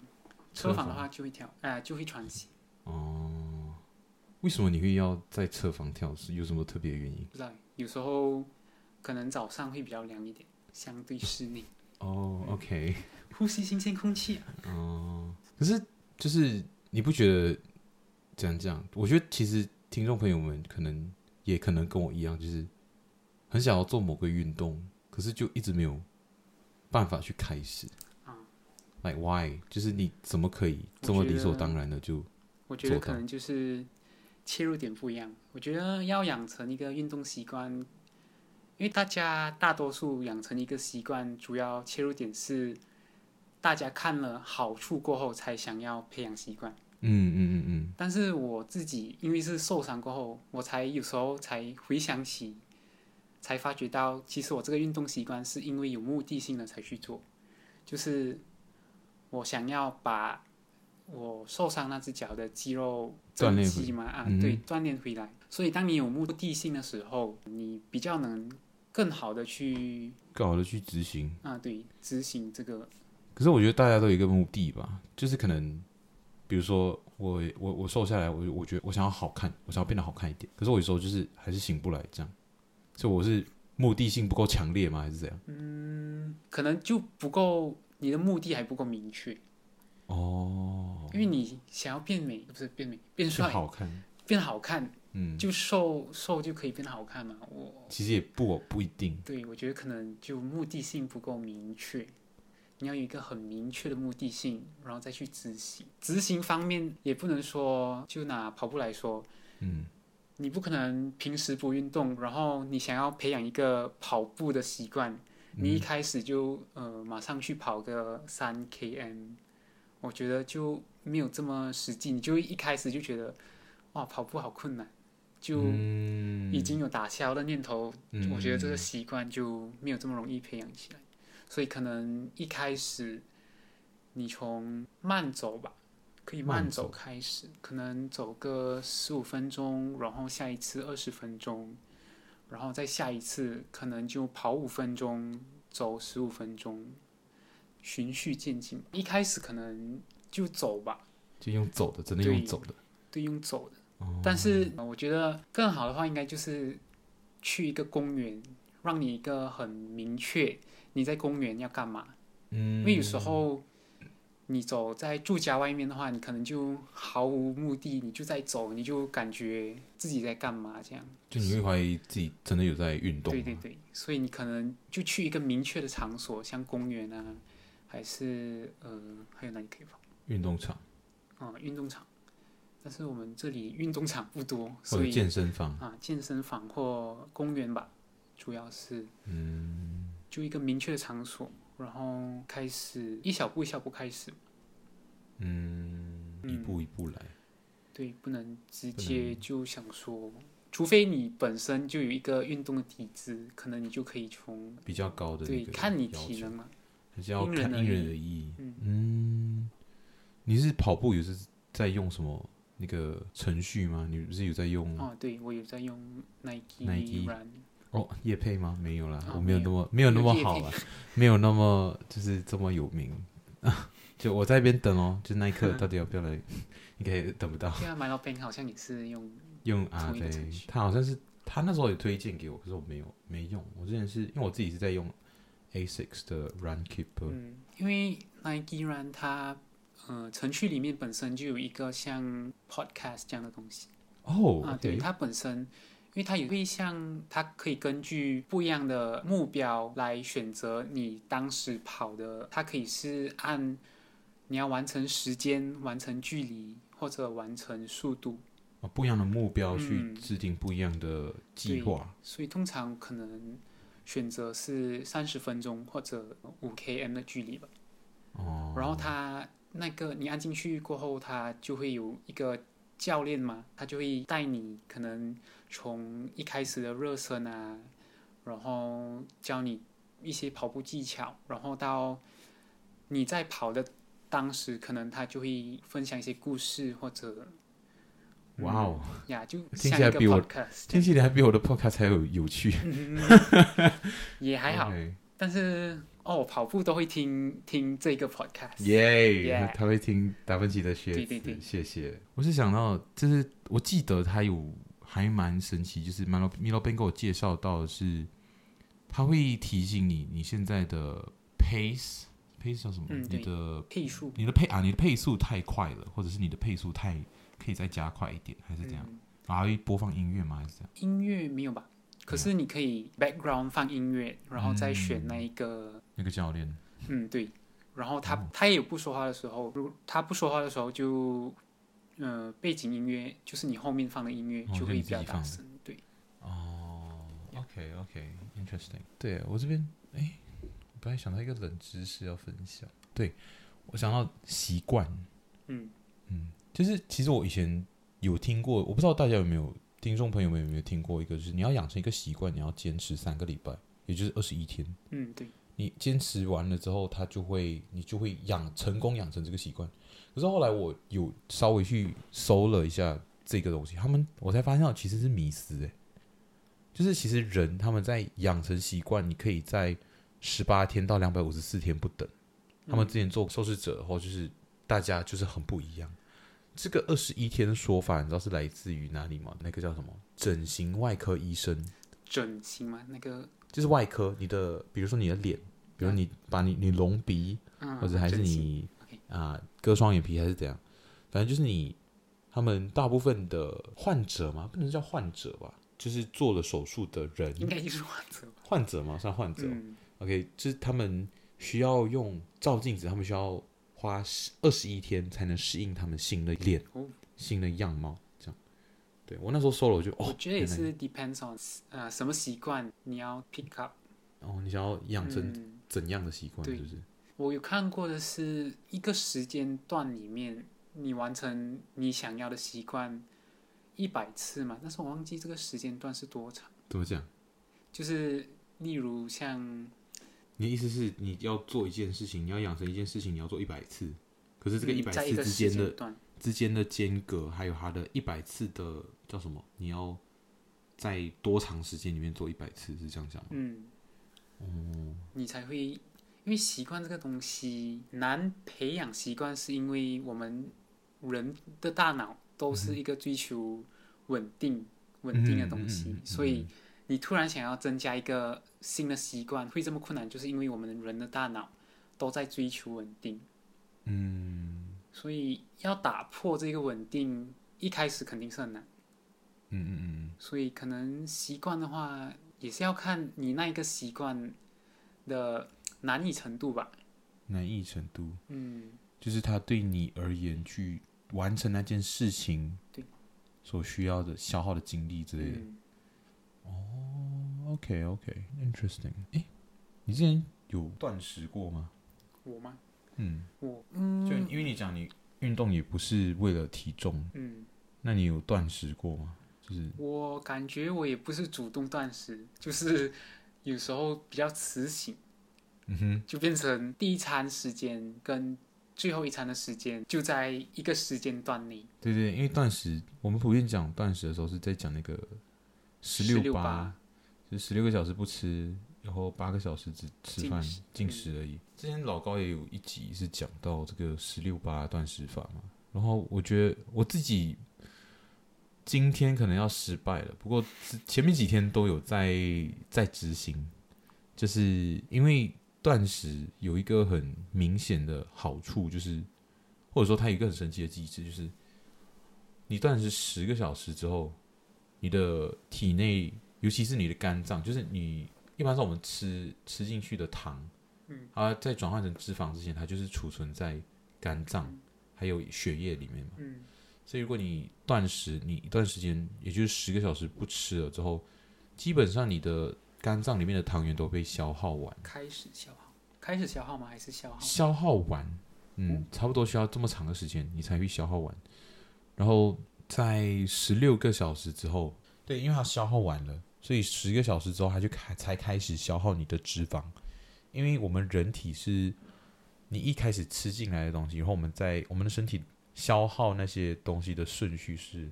[SPEAKER 2] 车房的话就会跳，呃，就会穿鞋，
[SPEAKER 1] 哦，为什么你会要在车房跳？是有什么特别的原因？
[SPEAKER 2] 不知道有时候可能早上会比较凉一点，相对室内，
[SPEAKER 1] 哦，OK，
[SPEAKER 2] 呼吸新鲜空气啊。
[SPEAKER 1] 哦，可是就是你不觉得怎样讲？我觉得其实听众朋友们可能也可能跟我一样，就是很想要做某个运动，可是就一直没有办法去开始。
[SPEAKER 2] 啊
[SPEAKER 1] Like why？就是你怎么可以这么理所当然的就
[SPEAKER 2] 我觉得
[SPEAKER 1] 做
[SPEAKER 2] 可
[SPEAKER 1] 到
[SPEAKER 2] 能就是切入点不一样。我觉得要养成一个运动习惯，因为大家大多数养成一个习惯，主要切入点是大家看了好处过后才想要培养习惯。
[SPEAKER 1] 嗯嗯嗯嗯
[SPEAKER 2] 但是我自己因为是受伤过后，我才有时候才回想起，才发觉到，其实我这个运动习惯是因为有目的性的才去做，就是我想要把我受伤那只脚的肌肉
[SPEAKER 1] 锻炼回
[SPEAKER 2] 增肌嘛，啊，
[SPEAKER 1] 嗯哼
[SPEAKER 2] 对，锻炼回来。所以当你有目的性的时候，你比较能更好的去
[SPEAKER 1] 更好的去执行。
[SPEAKER 2] 啊，对，执行这个
[SPEAKER 1] 可是我觉得大家都有一个目的吧，就是可能，比如说我我我瘦下来，我我觉得我想要好看，我想要变得好看一点。可是我有时候就是还是醒不来这样，所以我是目的性不够强烈吗？还是怎样？
[SPEAKER 2] 可能就不够，你的目的还不够明确。
[SPEAKER 1] 哦，
[SPEAKER 2] 因为你想要变美，不是变美，变
[SPEAKER 1] 是
[SPEAKER 2] 帅，
[SPEAKER 1] 好看，
[SPEAKER 2] 变好看，
[SPEAKER 1] 嗯，
[SPEAKER 2] 就瘦瘦就可以变好看嘛。我
[SPEAKER 1] 其实也不不一定。
[SPEAKER 2] 对我觉得可能就目的性不够明确，你要有一个很明确的目的性，然后再去执行。执行方面也不能说，就拿跑步来说，
[SPEAKER 1] 嗯，
[SPEAKER 2] 你不可能平时不运动，然后你想要培养一个跑步的习惯，
[SPEAKER 1] 嗯
[SPEAKER 2] 你一开始就呃马上去跑个三 km，我觉得就没有这么实际，你就一开始就觉得哇跑步好困难，就
[SPEAKER 1] 嗯
[SPEAKER 2] 已经有打消的念头，
[SPEAKER 1] 嗯
[SPEAKER 2] 我觉得这个习惯就没有这么容易培养起来，所以可能一开始你从慢走吧，可以慢
[SPEAKER 1] 慢
[SPEAKER 2] 走开始，可能走个十五分钟，然后下一次二十分钟，然后再下一次可能就跑五分钟，走十五分钟，循序渐进。一开始可能就走吧，
[SPEAKER 1] 就用走的，真的用走的。
[SPEAKER 2] 对，用走的。
[SPEAKER 1] 哦
[SPEAKER 2] 但是呃我觉得更好的话，应该就是去一个公园，让你一个很明确你在公园要干嘛。
[SPEAKER 1] 嗯，
[SPEAKER 2] 因为有时候你走在住家外面的话，你可能就毫无目的，你就在走，你就感觉自己在干嘛这样。
[SPEAKER 1] 就你会怀疑自己真的有在运动
[SPEAKER 2] 对
[SPEAKER 1] 吗，
[SPEAKER 2] 对对，所以你可能就去一个明确的场所，像公园啊，还是呃，还有哪里可以跑？
[SPEAKER 1] 运动场
[SPEAKER 2] 啊、运动场。但是我们这里运动场不多，
[SPEAKER 1] 或
[SPEAKER 2] 所
[SPEAKER 1] 者
[SPEAKER 2] 以
[SPEAKER 1] 健身房，
[SPEAKER 2] 啊，健身房或公园吧，主要是
[SPEAKER 1] 嗯，
[SPEAKER 2] 就一个明确的场所，然后开始一小步一小步开始，
[SPEAKER 1] 嗯，一步一步来。
[SPEAKER 2] 对，不能直
[SPEAKER 1] 不
[SPEAKER 2] 接就想说，除非你本身就有一个运动的底子，可能你就可以从
[SPEAKER 1] 比较高的那
[SPEAKER 2] 对
[SPEAKER 1] 个
[SPEAKER 2] 看你
[SPEAKER 1] 要
[SPEAKER 2] 体
[SPEAKER 1] 求
[SPEAKER 2] 能嘛，
[SPEAKER 1] 还是要
[SPEAKER 2] 因人
[SPEAKER 1] 看
[SPEAKER 2] 而
[SPEAKER 1] 因人
[SPEAKER 2] 异
[SPEAKER 1] 而异。嗯，你是跑步有是在用什么那个程序吗？你不是有在用
[SPEAKER 2] 哦，对我有在用 Nike
[SPEAKER 1] 嗯 Nike
[SPEAKER 2] Run，
[SPEAKER 1] 哦叶配吗？没有啦，
[SPEAKER 2] 哦
[SPEAKER 1] 我没有
[SPEAKER 2] 没
[SPEAKER 1] 那
[SPEAKER 2] 有
[SPEAKER 1] 么没有那么
[SPEAKER 2] 没有业
[SPEAKER 1] 好
[SPEAKER 2] 配
[SPEAKER 1] 啦，没有那么就是这么有名。 就我在一边等哦，就那一刻
[SPEAKER 2] 嗯
[SPEAKER 1] 到底要不要来？应该等不到。
[SPEAKER 2] 对啊，买到 Ben 好像也是用
[SPEAKER 1] 用啊，
[SPEAKER 2] 同一个
[SPEAKER 1] 对
[SPEAKER 2] 程序，
[SPEAKER 1] 他好像是他那时候有推荐给我，可是我没有没用。我之前是因为我自己是在用 Asics 的 Run Keeper，、
[SPEAKER 2] 嗯，因为 Nike Run 它呃程序里面本身就有一个像 podcast 这样的东西。
[SPEAKER 1] 哦、
[SPEAKER 2] 啊，对，
[SPEAKER 1] 对，
[SPEAKER 2] 它本身，因为它也会像它可以根据不一样的目标来选择你当时跑的，它可以是按你要完成时间、完成距离或者完成速度，
[SPEAKER 1] 啊不一样的目标去
[SPEAKER 2] 嗯
[SPEAKER 1] 制定不一样的计
[SPEAKER 2] 对
[SPEAKER 1] 划。
[SPEAKER 2] 所以通常可能选择是三十分钟或者五 km 的距离吧。
[SPEAKER 1] 哦，
[SPEAKER 2] 然后它那个你按进去过后，它就会有一个教练嘛，他就会带你可能从一开始的热身啊，然后教你一些跑步技巧，然后到你在跑的当时，可能他就会分享一些故事或者
[SPEAKER 1] 哇哦，
[SPEAKER 2] 呀，就
[SPEAKER 1] 听起
[SPEAKER 2] 像
[SPEAKER 1] 来
[SPEAKER 2] 一个
[SPEAKER 1] 比我
[SPEAKER 2] podcast，
[SPEAKER 1] 听起来比我的 podcast 还有有趣，哎
[SPEAKER 2] 也 还好。
[SPEAKER 1] OK
[SPEAKER 2] 但是哦，跑步都会听听这个 podcast，嗯
[SPEAKER 1] 耶
[SPEAKER 2] Yeah！
[SPEAKER 1] 他会听达芬奇的靴子，
[SPEAKER 2] 对对对
[SPEAKER 1] 谢谢。我是想到，就是我记得他有还蛮神奇，就是 Milo Milo Ben 给我介绍到的是，他会提醒你你现在的 pace pace 叫什么？
[SPEAKER 2] 嗯
[SPEAKER 1] 你
[SPEAKER 2] 对
[SPEAKER 1] 的
[SPEAKER 2] 配速
[SPEAKER 1] 你的配啊，你的配速太快了，或者是你的配速太可以再加快一点，还是怎样？
[SPEAKER 2] 嗯
[SPEAKER 1] 然后还会播放音乐吗？还是怎样？
[SPEAKER 2] 音乐没有吧？可是你可以 background 放音乐，然后再选
[SPEAKER 1] 嗯
[SPEAKER 2] 那一个，
[SPEAKER 1] 那个教练
[SPEAKER 2] 嗯，对，然后
[SPEAKER 1] 哦
[SPEAKER 2] 他他也有不说话的时候，如他不说话的时候就，呃，背景音乐就是你后面放的音乐
[SPEAKER 1] 哦
[SPEAKER 2] 就
[SPEAKER 1] 就
[SPEAKER 2] 会
[SPEAKER 1] 你
[SPEAKER 2] 比较
[SPEAKER 1] 自己
[SPEAKER 2] 大
[SPEAKER 1] 放的
[SPEAKER 2] 声，对，
[SPEAKER 1] 哦，OK OK，interesting。对我这边，哎，我本来想到一个冷知识要分享，对我想到习惯，
[SPEAKER 2] 嗯
[SPEAKER 1] 嗯，就是其实我以前有听过，我不知道大家有没有听众朋友们有没有听过一个，就是你要养成一个习惯，你要坚持三个礼拜，也就是二十一天。
[SPEAKER 2] 嗯对，
[SPEAKER 1] 你坚持完了之后，它就会你就会养成功养成这个习惯。可是后来我有稍微去搜了一下这个东西，他们我才发现到其实是迷思诶、就是其实人他们在养成习惯，你可以在十八天到两百五十四天不等。他们之前做受试者后，就是大家就是很不一样。这个二十一天的说法，你知道是来自于哪里吗？那个叫什么整形外科医生，
[SPEAKER 2] 整形嘛那个，
[SPEAKER 1] 就是外科，你的比如说你的脸，比如你把你你隆鼻，
[SPEAKER 2] 嗯，
[SPEAKER 1] 或者还是
[SPEAKER 2] 整形
[SPEAKER 1] 你
[SPEAKER 2] OK
[SPEAKER 1] 啊、割双眼皮还是怎样，反正就是你他们大部分的患者嘛，不能叫患者吧，就是做了手术的人，
[SPEAKER 2] 应该就是患者吧，
[SPEAKER 1] 患者嘛，算患者。
[SPEAKER 2] 嗯
[SPEAKER 1] OK，就是他们需要用照镜子，他们需要花二十一天才能适应他们新的脸、
[SPEAKER 2] 哦
[SPEAKER 1] 新的样貌，这样。对我那时候搜了，我就
[SPEAKER 2] 我
[SPEAKER 1] 哦，
[SPEAKER 2] 觉得也
[SPEAKER 1] 原来
[SPEAKER 2] 是 depends on 呃什么习惯你要 pick up，
[SPEAKER 1] 哦，你想要养成
[SPEAKER 2] 嗯
[SPEAKER 1] 怎样的习惯，
[SPEAKER 2] 对
[SPEAKER 1] 是不是？
[SPEAKER 2] 我有看过的是一个时间段里面，你完成你想要的习惯一百次嘛，但是我忘记这个时间段是多长。
[SPEAKER 1] 怎么讲？
[SPEAKER 2] 就是例如像
[SPEAKER 1] 你的意思是你要做一件事情，你要养成一件事情，你要做一百次，可是这个
[SPEAKER 2] 嗯
[SPEAKER 1] 一百
[SPEAKER 2] 在
[SPEAKER 1] 次
[SPEAKER 2] 一个
[SPEAKER 1] 之
[SPEAKER 2] 时
[SPEAKER 1] 间的、
[SPEAKER 2] 间段，
[SPEAKER 1] 之间的间隔，还有它的一百次的叫什么？你要在多长时间里面做一百次？是这样讲吗？
[SPEAKER 2] 嗯，
[SPEAKER 1] 哦
[SPEAKER 2] 你才会因为习惯这个东西难培养习惯，是因为我们人的大脑都是一个追求稳定、稳定的东
[SPEAKER 1] 嗯
[SPEAKER 2] 西，
[SPEAKER 1] 嗯嗯嗯嗯嗯
[SPEAKER 2] 所以你突然想要增加一个新的习惯，会这么困难，就是因为我们人的大脑都在追求稳定，
[SPEAKER 1] 嗯
[SPEAKER 2] 所以要打破这个稳定，一开始肯定是很难。
[SPEAKER 1] 嗯嗯嗯
[SPEAKER 2] 所以可能习惯的话，也是要看你那一个习惯的难易程度吧。
[SPEAKER 1] 嗯，难易程度
[SPEAKER 2] 嗯，
[SPEAKER 1] 就是它对你而言去完成那件事情，
[SPEAKER 2] 对，
[SPEAKER 1] 所需要的消耗的精力之类的。
[SPEAKER 2] 嗯，
[SPEAKER 1] OK OK，interesting、诶，你之前有断食过吗？
[SPEAKER 2] 我吗？
[SPEAKER 1] 嗯，
[SPEAKER 2] 我
[SPEAKER 1] 就因为你讲你运动也不是为了体重，
[SPEAKER 2] 嗯，
[SPEAKER 1] 那你有断食过吗？就是
[SPEAKER 2] 我感觉我也不是主动断食，就是有时候比较迟醒，
[SPEAKER 1] 嗯哼，
[SPEAKER 2] 就变成第一餐时间跟最后一餐的时间就在一个时间段内。
[SPEAKER 1] 对对，因为断食，我们普遍讲断食的时候是在讲那个十
[SPEAKER 2] 16
[SPEAKER 1] 八
[SPEAKER 2] 八，
[SPEAKER 1] 就是十六个小时不吃，然后八个小时只吃
[SPEAKER 2] 进
[SPEAKER 1] 饭
[SPEAKER 2] 食嗯
[SPEAKER 1] 进食而已。之前老高也有一集是讲到这个十六八断食法嘛，然后我觉得我自己今天可能要失败了，不过之前面几天都有在在执行，就是因为断食有一个很明显的好处，就是或者说它有一个很神奇的机制，就是你断食十个小时之后，你的体内，尤其是你的肝脏，就是你一般上我们吃吃进去的糖，
[SPEAKER 2] 嗯，
[SPEAKER 1] 它在转换成脂肪之前，它就是储存在肝脏
[SPEAKER 2] 嗯
[SPEAKER 1] 还有血液里面嘛。
[SPEAKER 2] 嗯
[SPEAKER 1] 所以如果你断食，你一段时间，也就是十个小时不吃了之后，基本上你的肝脏里面的糖原都被消耗完，
[SPEAKER 2] 开始消耗，开始消耗吗？还是消耗？
[SPEAKER 1] 消耗完，嗯
[SPEAKER 2] 嗯，
[SPEAKER 1] 差不多需要这么长的时间你才会消耗完，然后在十六个小时之后，对，因为它消耗完了，所以十个小时之后它就开才开始消耗你的脂肪，因为我们人体是，你一开始吃进来的东西，然后我们在我们的身体消耗那些东西的顺序是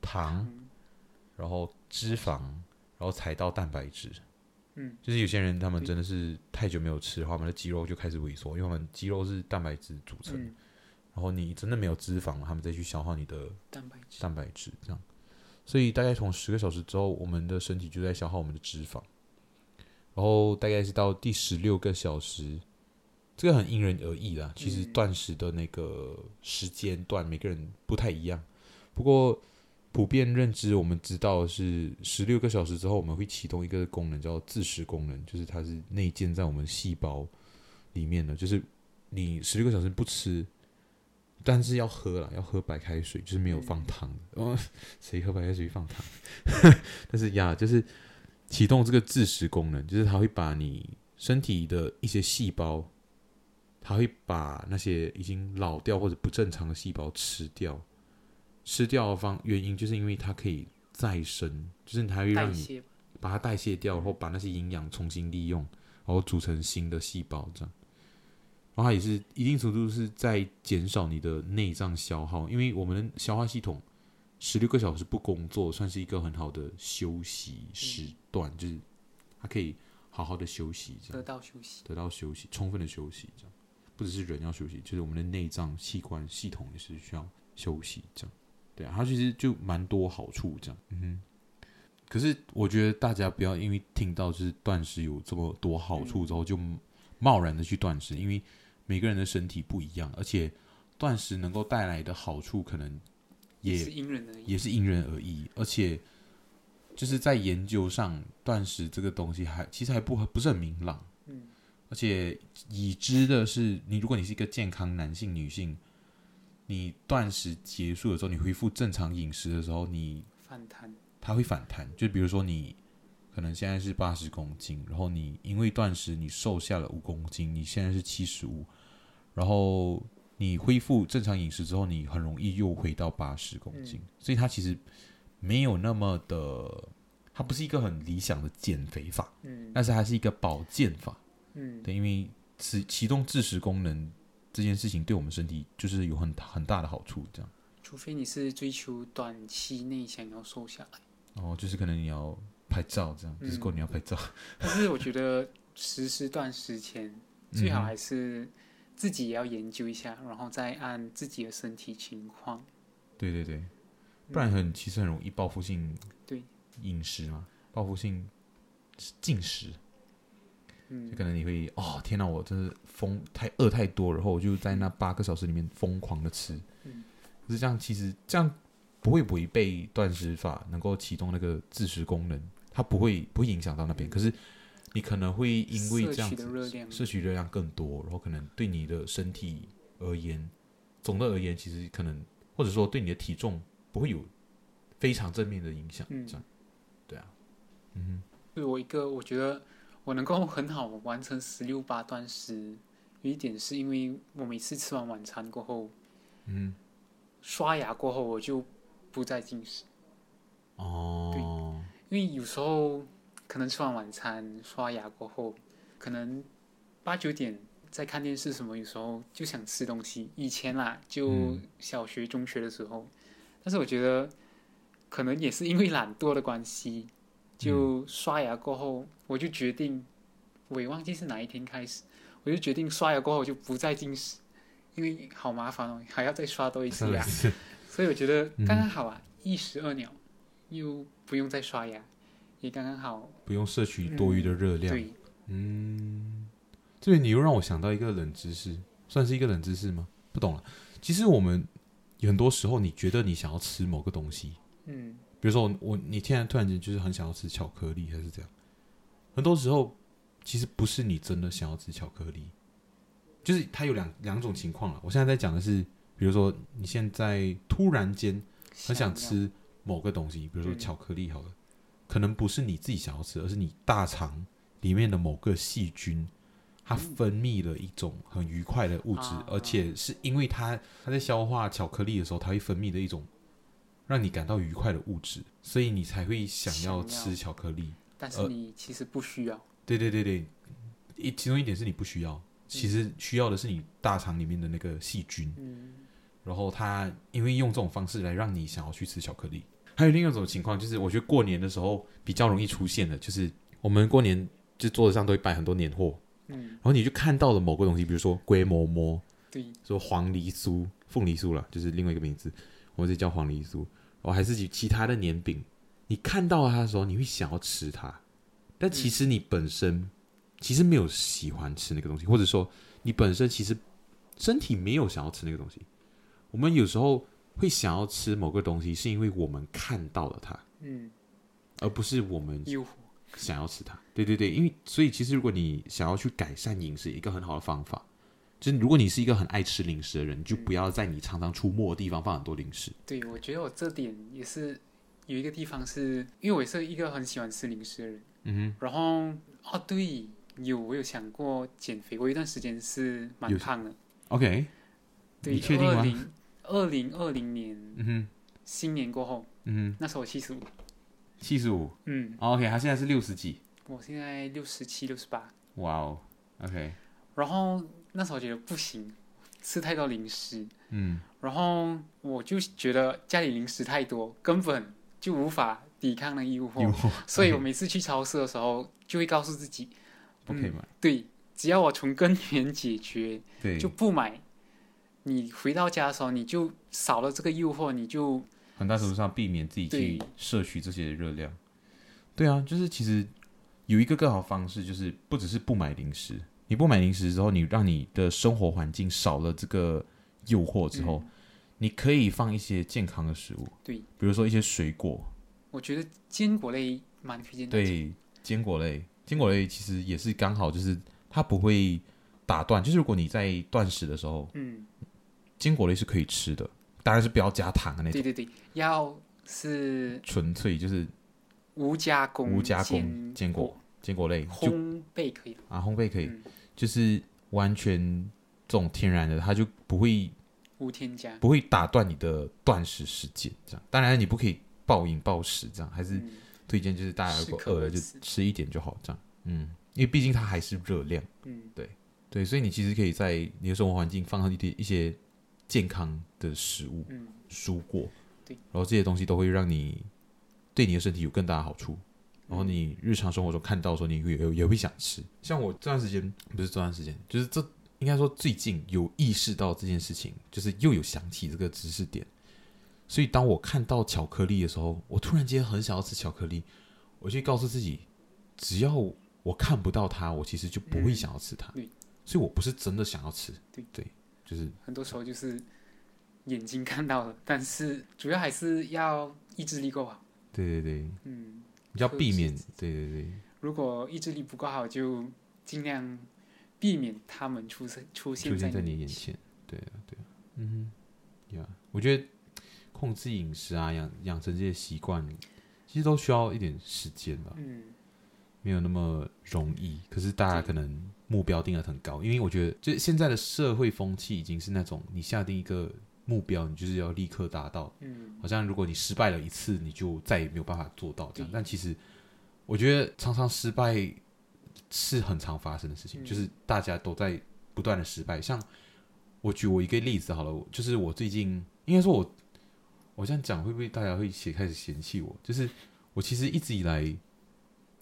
[SPEAKER 1] 糖，
[SPEAKER 2] 嗯
[SPEAKER 1] 然后脂肪，然后才到蛋白质。
[SPEAKER 2] 嗯，
[SPEAKER 1] 就是有些人他们
[SPEAKER 2] 对
[SPEAKER 1] 真的是太久没有吃的话，他们的肌肉就开始萎缩，因为他们肌肉是蛋白质组成，
[SPEAKER 2] 嗯，
[SPEAKER 1] 然后你真的没有脂肪了，他们再去消耗你的
[SPEAKER 2] 蛋白质。
[SPEAKER 1] 蛋白质，这样。所以大概从十个小时之后，我们的身体就在消耗我们的脂肪，然后大概是到第十六个小时，这个很因人而异啦。其实
[SPEAKER 2] 嗯
[SPEAKER 1] 断食的那个时间段，每个人不太一样。不过普遍认知，我们知道的是十六个小时之后，我们会启动一个功能叫自食功能，就是它是内建在我们细胞里面的，就是你十六个小时不吃，但是要喝啦，要喝白开水，就是没有放糖的。 哦，谁喝白开水放糖？ 但是呀，就是启动这个自食功能，就是它会把你身体的一些细胞，它会把那些已经老掉或者不正常的细胞吃掉。吃掉的方原因就是因为它可以再生，就是它会让
[SPEAKER 2] 代
[SPEAKER 1] 你
[SPEAKER 2] 谢吧，
[SPEAKER 1] 把它代谢掉，然后把那些营养重新利用，然后组成新的细胞，这样。然后它也是一定程度是在减少你的内脏消耗，因为我们的消化系统十六个小时不工作，算是一个很好的休息时段，就是它可以好好的休息，这
[SPEAKER 2] 得
[SPEAKER 1] 样
[SPEAKER 2] 到休息。
[SPEAKER 1] 得到休息，充分的休息，这样。不只是人要休息，就是我们的内脏器官系统也是需要休息，这样。对啊，它其实就蛮多好处，这样。嗯哼。可是我觉得大家不要因为听到就是断食有这么多好处之后，就贸然的去断食，因为每个人的身体不一样，而且断食能够带来的好处可能也
[SPEAKER 2] 是因人而异。
[SPEAKER 1] 也是因人而异，而且就是在研究上，断食这个东西还其实还不不是很明朗。
[SPEAKER 2] 嗯，
[SPEAKER 1] 而且已知的是，你如果你是一个健康男性、女性，你断食结束的时候，你恢复正常饮食的时候，你
[SPEAKER 2] 反弹，
[SPEAKER 1] 它会反弹。就比如说你可能现在是八十公斤，然后你因为断食你瘦下了五公斤，你现在是七十五，然后你恢复正常饮食之后，你很容易又回到八十公斤，
[SPEAKER 2] 嗯
[SPEAKER 1] 所以它其实没有那么的，它不是一个很理想的减肥法，
[SPEAKER 2] 嗯
[SPEAKER 1] 但是它是一个保健法。
[SPEAKER 2] 嗯，
[SPEAKER 1] 对，因为启启动自食功能这件事情对我们身体就是有很很大的好处，这样。
[SPEAKER 2] 除非你是追求短期内想要瘦下来，
[SPEAKER 1] 然后就是可能你要拍照，这样，就是
[SPEAKER 2] 嗯
[SPEAKER 1] 过你要拍照，
[SPEAKER 2] 但是我觉得实施断食前，最好
[SPEAKER 1] 嗯
[SPEAKER 2] 还是自己也要研究一下，然后再按自己的身体情况。
[SPEAKER 1] 对对对，不然很其实很容易报复性
[SPEAKER 2] 嗯对
[SPEAKER 1] 饮食嘛，报复性进食，
[SPEAKER 2] 嗯
[SPEAKER 1] 就，可能你会哦天哪，我真是疯太饿太多，然后我就在那八个小时里面疯狂的吃，
[SPEAKER 2] 嗯
[SPEAKER 1] 可是这样其实这样不会违背断食法能够启动那个自食功能，它不会不会影响到那边，可是。你可能会因为这样
[SPEAKER 2] 嗯摄取
[SPEAKER 1] 子
[SPEAKER 2] 的热量，
[SPEAKER 1] 摄取热量更多，然后可能对你的身体而言，总的而言，其实可能或者说对你的体重不会有非常正面的影响。
[SPEAKER 2] 嗯
[SPEAKER 1] 这样，对啊，嗯
[SPEAKER 2] 对我一个，我觉得我能够很好完成十六八断食，有一点是因为我每次吃完晚餐过后，
[SPEAKER 1] 哼嗯
[SPEAKER 2] 刷牙过后我就不再进食，
[SPEAKER 1] 嗯哼，哦，
[SPEAKER 2] 因为有时候可能吃完晚餐刷牙过后，可能八九点在看电视什么，有时候就想吃东西。以前啦，就
[SPEAKER 1] 嗯
[SPEAKER 2] 小学、中学的时候，但是我觉得可能也是因为懒惰的关系，就刷牙过后，我就决定，我也忘记是哪一天开始，我就决定刷牙过后我就不再进食，因为好麻烦哦，还要再刷多一次牙。
[SPEAKER 1] 是
[SPEAKER 2] 所以我觉得
[SPEAKER 1] 嗯
[SPEAKER 2] 刚刚好啊，一石二鸟，又不用再刷牙，也刚刚好。
[SPEAKER 1] 不用摄取多余的热量。
[SPEAKER 2] 对，
[SPEAKER 1] 嗯，这边你又让我想到一个冷知识，算是一个冷知识吗？不懂了。其实我们很多时候，你觉得你想要吃某个东西，
[SPEAKER 2] 嗯
[SPEAKER 1] 比如说我我你现在突然间就是很想要吃巧克力，还是这样？很多时候其实不是你真的想要吃巧克力，就是它有两两种情况了。我现在在讲的是，比如说你现在突然间很想
[SPEAKER 2] 要，
[SPEAKER 1] 吃某个东西，比如说
[SPEAKER 2] 嗯
[SPEAKER 1] 巧克力好了，可能不是你自己想要吃，而是你大肠里面的某个细菌，它分泌了一种很愉快的物质，
[SPEAKER 2] 啊
[SPEAKER 1] 而且是因为它它在消化巧克力的时候，它会分泌的一种让你感到愉快的物质，所以你才会想要
[SPEAKER 2] 想要
[SPEAKER 1] 吃巧克力。
[SPEAKER 2] 但是
[SPEAKER 1] 呃
[SPEAKER 2] 你其实不需要。
[SPEAKER 1] 对对对对，一其中一点是你不需
[SPEAKER 2] 嗯
[SPEAKER 1] 要，其实需要的是你大肠里面的那个细菌。
[SPEAKER 2] 嗯
[SPEAKER 1] 然后他因为用这种方式来让你想要去吃巧克力。还有另一种情况，就是我觉得过年的时候比较容易出现的，就是我们过年就桌子上都会摆很多年货，
[SPEAKER 2] 嗯，
[SPEAKER 1] 然后你就看到了某个东西，比如说龟摸摸，
[SPEAKER 2] 对，
[SPEAKER 1] 说黄梨酥、凤梨酥啦，就是另外一个名字，我们就叫黄梨酥。然后还是其其他的年饼，你看到它的时候，你会想要吃它，但其实你本身其实没有喜欢吃那个东西，或者说你本身其实身体没有想要吃那个东西。我们有时候会想要吃某个东西，是因为我们看到了它，
[SPEAKER 2] 嗯，
[SPEAKER 1] 而不是我们
[SPEAKER 2] 诱惑，
[SPEAKER 1] 想要吃它。对对对，因为所以其实如果你想要去改善饮食，一个很好的方法就是如果你是一个很爱吃零食的人，你就不要在你常常出没的地方放很多零食。
[SPEAKER 2] 对，我觉得我这点也是有一个地方是，因为我是一个很喜欢吃零食的人。
[SPEAKER 1] 嗯
[SPEAKER 2] 然后哦，对，有我有想过减肥，我有一段时间是蛮
[SPEAKER 1] 有
[SPEAKER 2] 胖的。
[SPEAKER 1] 哼，OK，
[SPEAKER 2] 对
[SPEAKER 1] 你，确定
[SPEAKER 2] 二
[SPEAKER 1] 吗？
[SPEAKER 2] 零二零二零年
[SPEAKER 1] 嗯哼，
[SPEAKER 2] 新年过后，
[SPEAKER 1] 嗯
[SPEAKER 2] 那时候我七十五，
[SPEAKER 1] 哼，七十五
[SPEAKER 2] 嗯，
[SPEAKER 1] ，OK，他现在是六十几，
[SPEAKER 2] 我现在六十七、六十八。
[SPEAKER 1] 哇哦，OK，
[SPEAKER 2] 然后那时候我觉得不行，吃太多零食，
[SPEAKER 1] 嗯，
[SPEAKER 2] 然后我就觉得家里零食太多，根本就无法抵抗那诱惑，哦所以我每次去超市的时候就会告诉自己，
[SPEAKER 1] 不可以买，
[SPEAKER 2] 对，只要我从根源解决，
[SPEAKER 1] 对，
[SPEAKER 2] 嗯就不买。你回到家的时候，你就少了这个诱惑，你就
[SPEAKER 1] 很大程度上避免自己去
[SPEAKER 2] 对
[SPEAKER 1] 摄取这些热量。对啊，就是其实有一个更好的方式，就是不只是不买零食，你不买零食之后，你让你的生活环境少了这个诱
[SPEAKER 2] 嗯
[SPEAKER 1] 惑之后，你可以放一些健康的食物，
[SPEAKER 2] 对
[SPEAKER 1] 比如说一些水果，
[SPEAKER 2] 我觉得坚果类蛮推荐大家。
[SPEAKER 1] 对，坚果类，坚果类其实也是刚好，就是它不会打断，就是如果你在断食的时候，
[SPEAKER 2] 嗯，
[SPEAKER 1] 坚果类是可以吃的，当然是不要加糖的那种，
[SPEAKER 2] 对对对，要是
[SPEAKER 1] 纯粹就是
[SPEAKER 2] 无加工
[SPEAKER 1] 无加工坚
[SPEAKER 2] 坚
[SPEAKER 1] 果坚果类就
[SPEAKER 2] 烘焙可以了。
[SPEAKER 1] 啊，烘焙可以，
[SPEAKER 2] 嗯
[SPEAKER 1] 就是完全这种天然的，它就不会
[SPEAKER 2] 无添加。
[SPEAKER 1] 不会打断你的断食时间。这样，当然你不可以暴饮暴食，这样还是
[SPEAKER 2] 嗯
[SPEAKER 1] 推荐就是大家如果
[SPEAKER 2] 适可
[SPEAKER 1] 饿了
[SPEAKER 2] 而
[SPEAKER 1] 就
[SPEAKER 2] 止
[SPEAKER 1] 吃一点就好，这样，嗯，因为毕竟它还是热量，
[SPEAKER 2] 嗯，
[SPEAKER 1] 对，所以你其实可以在你的生活环境放上一点一些健康的食物、
[SPEAKER 2] 嗯
[SPEAKER 1] 蔬果，
[SPEAKER 2] 对，
[SPEAKER 1] 然后这些东西都会让你对你的身体有更大的好
[SPEAKER 2] 嗯
[SPEAKER 1] 处。然后你日常生活中看到的时候，你会也也会想吃。像我这段时间不是这段时间，就是这应该说最近有意识到这件事情，就是又有想起这个知识点。所以当我看到巧克力的时候，我突然间很想要吃巧克力，我就告诉自己，只要我看不到它，我其实就不会想要吃它。
[SPEAKER 2] 对
[SPEAKER 1] 所以我不是真的想要吃。
[SPEAKER 2] 嗯对
[SPEAKER 1] 就是
[SPEAKER 2] 很多时候就是眼睛看到了，但是主要还是要意志力够好。
[SPEAKER 1] 对对对，
[SPEAKER 2] 嗯，
[SPEAKER 1] 你要
[SPEAKER 2] 克
[SPEAKER 1] 避
[SPEAKER 2] 制
[SPEAKER 1] 免
[SPEAKER 2] 自。
[SPEAKER 1] 对对对，
[SPEAKER 2] 如果意志力不够好，就尽量避免他们出现出
[SPEAKER 1] 出
[SPEAKER 2] 现在
[SPEAKER 1] 现在
[SPEAKER 2] 你
[SPEAKER 1] 你眼前。对啊，对啊，嗯哼，呀、我觉得控制饮食啊，养养成这些习惯，其实都需要一点时间吧，
[SPEAKER 2] 嗯，
[SPEAKER 1] 没有那么容易。可是大家
[SPEAKER 2] 对
[SPEAKER 1] 可能目标定得很高，因为我觉得，就现在的社会风气已经是那种，你下定一个目标，你就是要立刻达到。
[SPEAKER 2] 嗯，
[SPEAKER 1] 好像如果你失败了一次，你就再也没有办法做到这样
[SPEAKER 2] 对。
[SPEAKER 1] 但其实，我觉得常常失败是很常发生的事情，
[SPEAKER 2] 嗯
[SPEAKER 1] 就是大家都在不断的失败。像我举我一个例子好了，我就是我最近应该说我，我这样讲会不会大家会嫌开始嫌弃我？就是我其实一直以来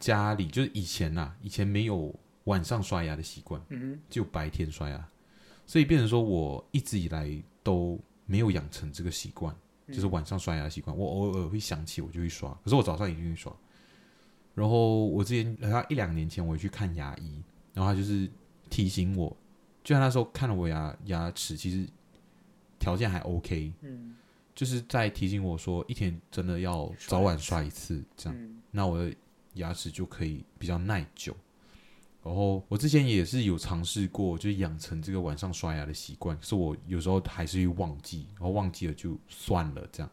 [SPEAKER 1] 家里就是以前呐、以前没有晚上刷牙的习惯，
[SPEAKER 2] 嗯
[SPEAKER 1] 就白天刷牙，所以变成说我一直以来都没有养成这个习惯。
[SPEAKER 2] 哼，
[SPEAKER 1] 就是晚上刷牙的习惯。我偶尔会想起，我就会刷，可是我早上一定会刷。然后我之前好像一两年前我也去看牙医，然后他就是提醒我，就像那时候看了我牙牙齿，其实条件还 OK，
[SPEAKER 2] 嗯，
[SPEAKER 1] 就是在提醒我说一天真的要早晚刷一次这样，
[SPEAKER 2] 嗯
[SPEAKER 1] 那我的牙齿就可以比较耐久。然后我之前也是有尝试过，就是养成这个晚上刷牙的习惯，可是我有时候还是会忘记，然后忘记了就算了，这样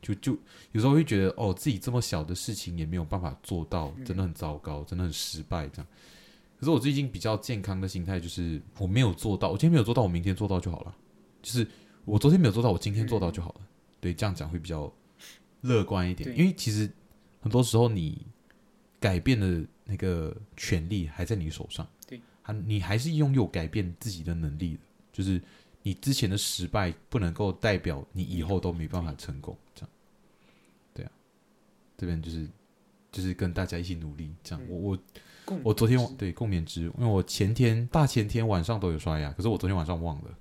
[SPEAKER 1] 就就有时候会觉得哦，自己这么小的事情也没有办法做到，
[SPEAKER 2] 嗯
[SPEAKER 1] 真的很糟糕，真的很失败这样。可是我最近比较健康的心态就是，我没有做到，我今天没有做到，我明天做到就好了。就是我昨天没有做到，我今天做到就好了。对，这样讲会比较乐观一点，
[SPEAKER 2] 对
[SPEAKER 1] 因为其实很多时候你改变的那个权利还在你手上，
[SPEAKER 2] 对，
[SPEAKER 1] 还你还是拥有改变自己的能力的，就是你之前的失败不能够代表你以后都没办法成功，这样，对啊，这边就是就是跟大家一起努力，这样，
[SPEAKER 2] 嗯
[SPEAKER 1] 我我
[SPEAKER 2] 共
[SPEAKER 1] 我昨天
[SPEAKER 2] 知
[SPEAKER 1] 对共勉之，因为我前天大前天晚上都有刷牙，可是我昨天晚上忘了，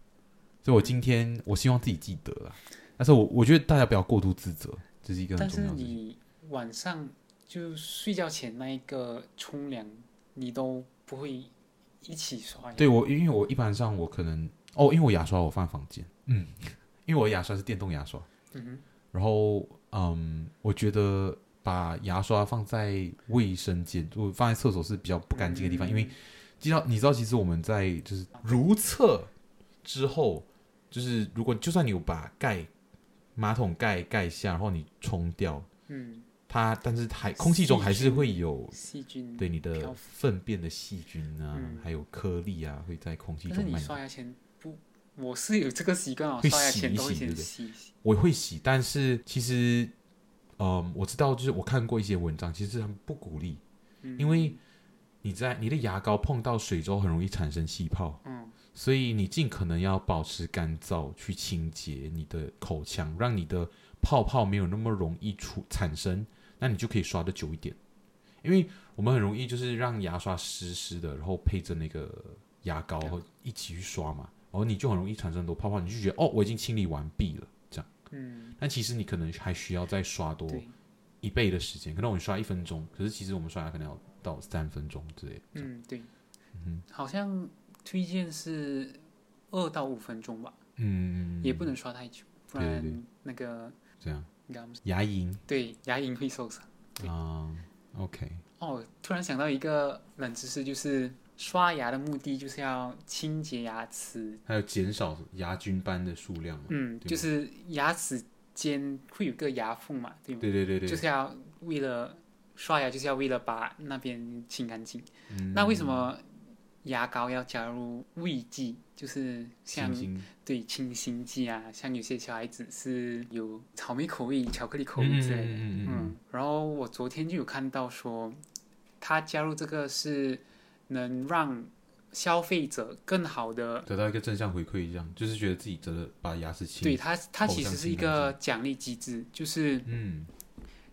[SPEAKER 1] 所以
[SPEAKER 2] 嗯
[SPEAKER 1] 我今天我希望自己记得啦。但是我我觉得大家不要过度自责，这是一个很
[SPEAKER 2] 但
[SPEAKER 1] 重
[SPEAKER 2] 是
[SPEAKER 1] 要的事情。
[SPEAKER 2] 你晚上就睡觉前那一个冲凉，你都不会一起刷牙。
[SPEAKER 1] 对我，因为我一般上我可能哦，因为我牙刷我放在房间，嗯，因为我牙刷是电动牙刷，
[SPEAKER 2] 嗯哼，
[SPEAKER 1] 然后嗯，我觉得把牙刷放在卫生间，就放在厕所是比较不干净的地方，因为
[SPEAKER 2] 嗯
[SPEAKER 1] 知道你知道，其实我们在就是如厕之后，就是如果就算你有把盖马桶盖盖下，然后你冲掉
[SPEAKER 2] 嗯，
[SPEAKER 1] 它，但是还空气中还是会有
[SPEAKER 2] 细菌。
[SPEAKER 1] 对你的
[SPEAKER 2] 漂浮
[SPEAKER 1] 粪便的细菌啊，
[SPEAKER 2] 嗯
[SPEAKER 1] 还有颗粒啊，会在空气
[SPEAKER 2] 但是
[SPEAKER 1] 中
[SPEAKER 2] 你
[SPEAKER 1] 蔓
[SPEAKER 2] 刷
[SPEAKER 1] 延。
[SPEAKER 2] 牙前不，我是有这个习惯哦，
[SPEAKER 1] 会
[SPEAKER 2] 刷牙
[SPEAKER 1] 洗
[SPEAKER 2] 前
[SPEAKER 1] 一
[SPEAKER 2] 都会
[SPEAKER 1] 洗对不
[SPEAKER 2] 先
[SPEAKER 1] 对
[SPEAKER 2] 洗一洗。
[SPEAKER 1] 我会洗，但是其实，嗯，我知道，就是我看过一些文章，其实他们不鼓励，
[SPEAKER 2] 嗯
[SPEAKER 1] 因为你在你的牙膏碰到水之后，很容易产生气泡，
[SPEAKER 2] 嗯
[SPEAKER 1] 所以你尽可能要保持干燥，去清洁你的口腔，让你的泡泡没有那么容易出产生，那你就可以刷的久一点。因为我们很容易就是让牙刷湿湿的，然后配着那个牙膏
[SPEAKER 2] 对
[SPEAKER 1] 然后一起去刷嘛，然后你就很容易产生很多泡泡，你就觉得哦，我已经清理完毕了。
[SPEAKER 2] 嗯，
[SPEAKER 1] 但其实你可能还需要再刷多
[SPEAKER 2] 对，
[SPEAKER 1] 一倍的时间，可能我们刷一分钟，可是其实我们刷牙可能要到三分钟之类的。
[SPEAKER 2] 嗯对，
[SPEAKER 1] 嗯
[SPEAKER 2] 好像推荐是二到五分钟吧，
[SPEAKER 1] 嗯，
[SPEAKER 2] 也不能刷太久，不
[SPEAKER 1] 对对
[SPEAKER 2] 然那个
[SPEAKER 1] 这样。
[SPEAKER 2] gums
[SPEAKER 1] 牙龈
[SPEAKER 2] 对牙龈会受伤。对
[SPEAKER 1] 啊、o k
[SPEAKER 2] 哦，突然想到一个冷知识，就是刷牙的目的就是要清洁牙齿，
[SPEAKER 1] 还有减少牙菌斑的数量嘛。
[SPEAKER 2] 嗯，
[SPEAKER 1] 对
[SPEAKER 2] 就是牙齿间会有个牙缝嘛，对吗？
[SPEAKER 1] 对对对对，
[SPEAKER 2] 就是要为了刷牙，就是要为了把那边清干净。
[SPEAKER 1] 嗯
[SPEAKER 2] 那为什么牙膏要加入胃剂？就是像
[SPEAKER 1] 清新
[SPEAKER 2] 对清新剂啊，像有些小孩子是有草莓口味、巧克力
[SPEAKER 1] 嗯
[SPEAKER 2] 口味
[SPEAKER 1] 嗯
[SPEAKER 2] 之类的。
[SPEAKER 1] 嗯嗯嗯
[SPEAKER 2] 嗯，然后我昨天就有看到说，他加入这个是能让消费者更好的
[SPEAKER 1] 嗯，得到一个正向回馈，这样就是觉得自己真的把牙齿清。
[SPEAKER 2] 对它，它
[SPEAKER 1] 口
[SPEAKER 2] 其
[SPEAKER 1] 腔
[SPEAKER 2] 实是
[SPEAKER 1] 清
[SPEAKER 2] 一
[SPEAKER 1] 洁
[SPEAKER 2] 个奖励机制，就是
[SPEAKER 1] 嗯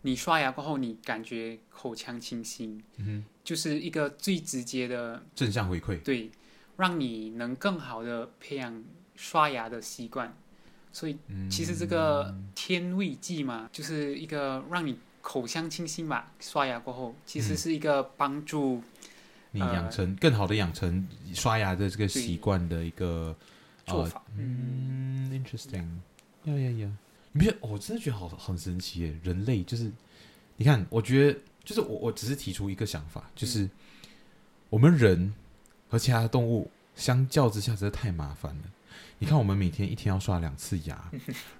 [SPEAKER 2] 你刷牙过后，你感觉口腔清新，
[SPEAKER 1] 嗯
[SPEAKER 2] 就是一个最直接的
[SPEAKER 1] 哼，正向回馈。
[SPEAKER 2] 对，让你能更好的培养刷牙的习惯。所以
[SPEAKER 1] 嗯，
[SPEAKER 2] 其实这个天味剂嘛，就是一个让你口腔清新嘛，刷牙过后其实
[SPEAKER 1] 嗯
[SPEAKER 2] 是一个帮助。
[SPEAKER 1] 你
[SPEAKER 2] 呃
[SPEAKER 1] 养成、更好的养成刷牙的这个
[SPEAKER 2] 对
[SPEAKER 1] 习惯的一个
[SPEAKER 2] 做
[SPEAKER 1] 呃
[SPEAKER 2] 法。嗯，
[SPEAKER 1] 嗯，interesting，呀呀呀！你不觉得？我真的觉得好很神奇耶！人类就是，你看，我觉得就是我，我只是提出一个想法，就是、我们人和其他的动物相较之下，真的太麻烦了。你看，我们每天一天要刷两次牙，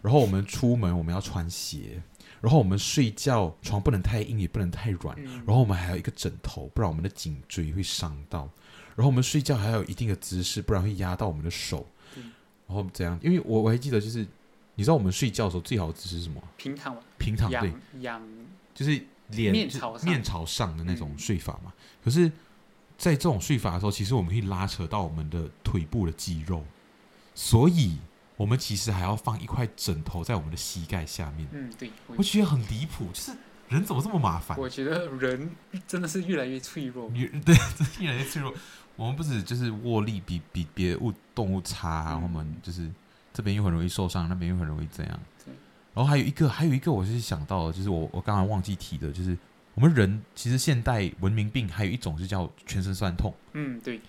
[SPEAKER 1] 然后我们出门我们要穿鞋，然后我们睡觉床不能太硬，也不能太软，
[SPEAKER 2] 嗯
[SPEAKER 1] 然后我们还有一个枕头，不然我们的颈椎会伤到。然后我们睡觉还要有一定的姿势，不然会压到我们的手。
[SPEAKER 2] 嗯
[SPEAKER 1] 然后怎样？因为我我还记得，就是你知道我们睡觉的时候最好的姿势是什么？
[SPEAKER 2] 平躺吧，
[SPEAKER 1] 平躺，对，
[SPEAKER 2] 仰仰，
[SPEAKER 1] 就是脸
[SPEAKER 2] 面
[SPEAKER 1] 就是
[SPEAKER 2] 朝上
[SPEAKER 1] 面朝上的那种
[SPEAKER 2] 嗯
[SPEAKER 1] 睡法嘛。可是，在这种睡法的时候，其实我们可以拉扯到我们的腿部的肌肉，所以我们其实还要放一块枕头在我们的膝盖下面。
[SPEAKER 2] 嗯，对，我
[SPEAKER 1] 我觉得很离谱，就是人怎么这么麻烦？
[SPEAKER 2] 我觉得人真的是越来越脆弱。
[SPEAKER 1] 你 对，这越来越脆弱。我们不止就是握力比比别的物动物差、啊，然后我们
[SPEAKER 2] 嗯
[SPEAKER 1] 就是这边又很容易受伤，那边又很容易怎样
[SPEAKER 2] 对。
[SPEAKER 1] 然后还有一个，还有一个我是想到的，就是我我刚才忘记提的，就是我们人其实现代文明病还有一种是叫全身酸痛。
[SPEAKER 2] 嗯，对，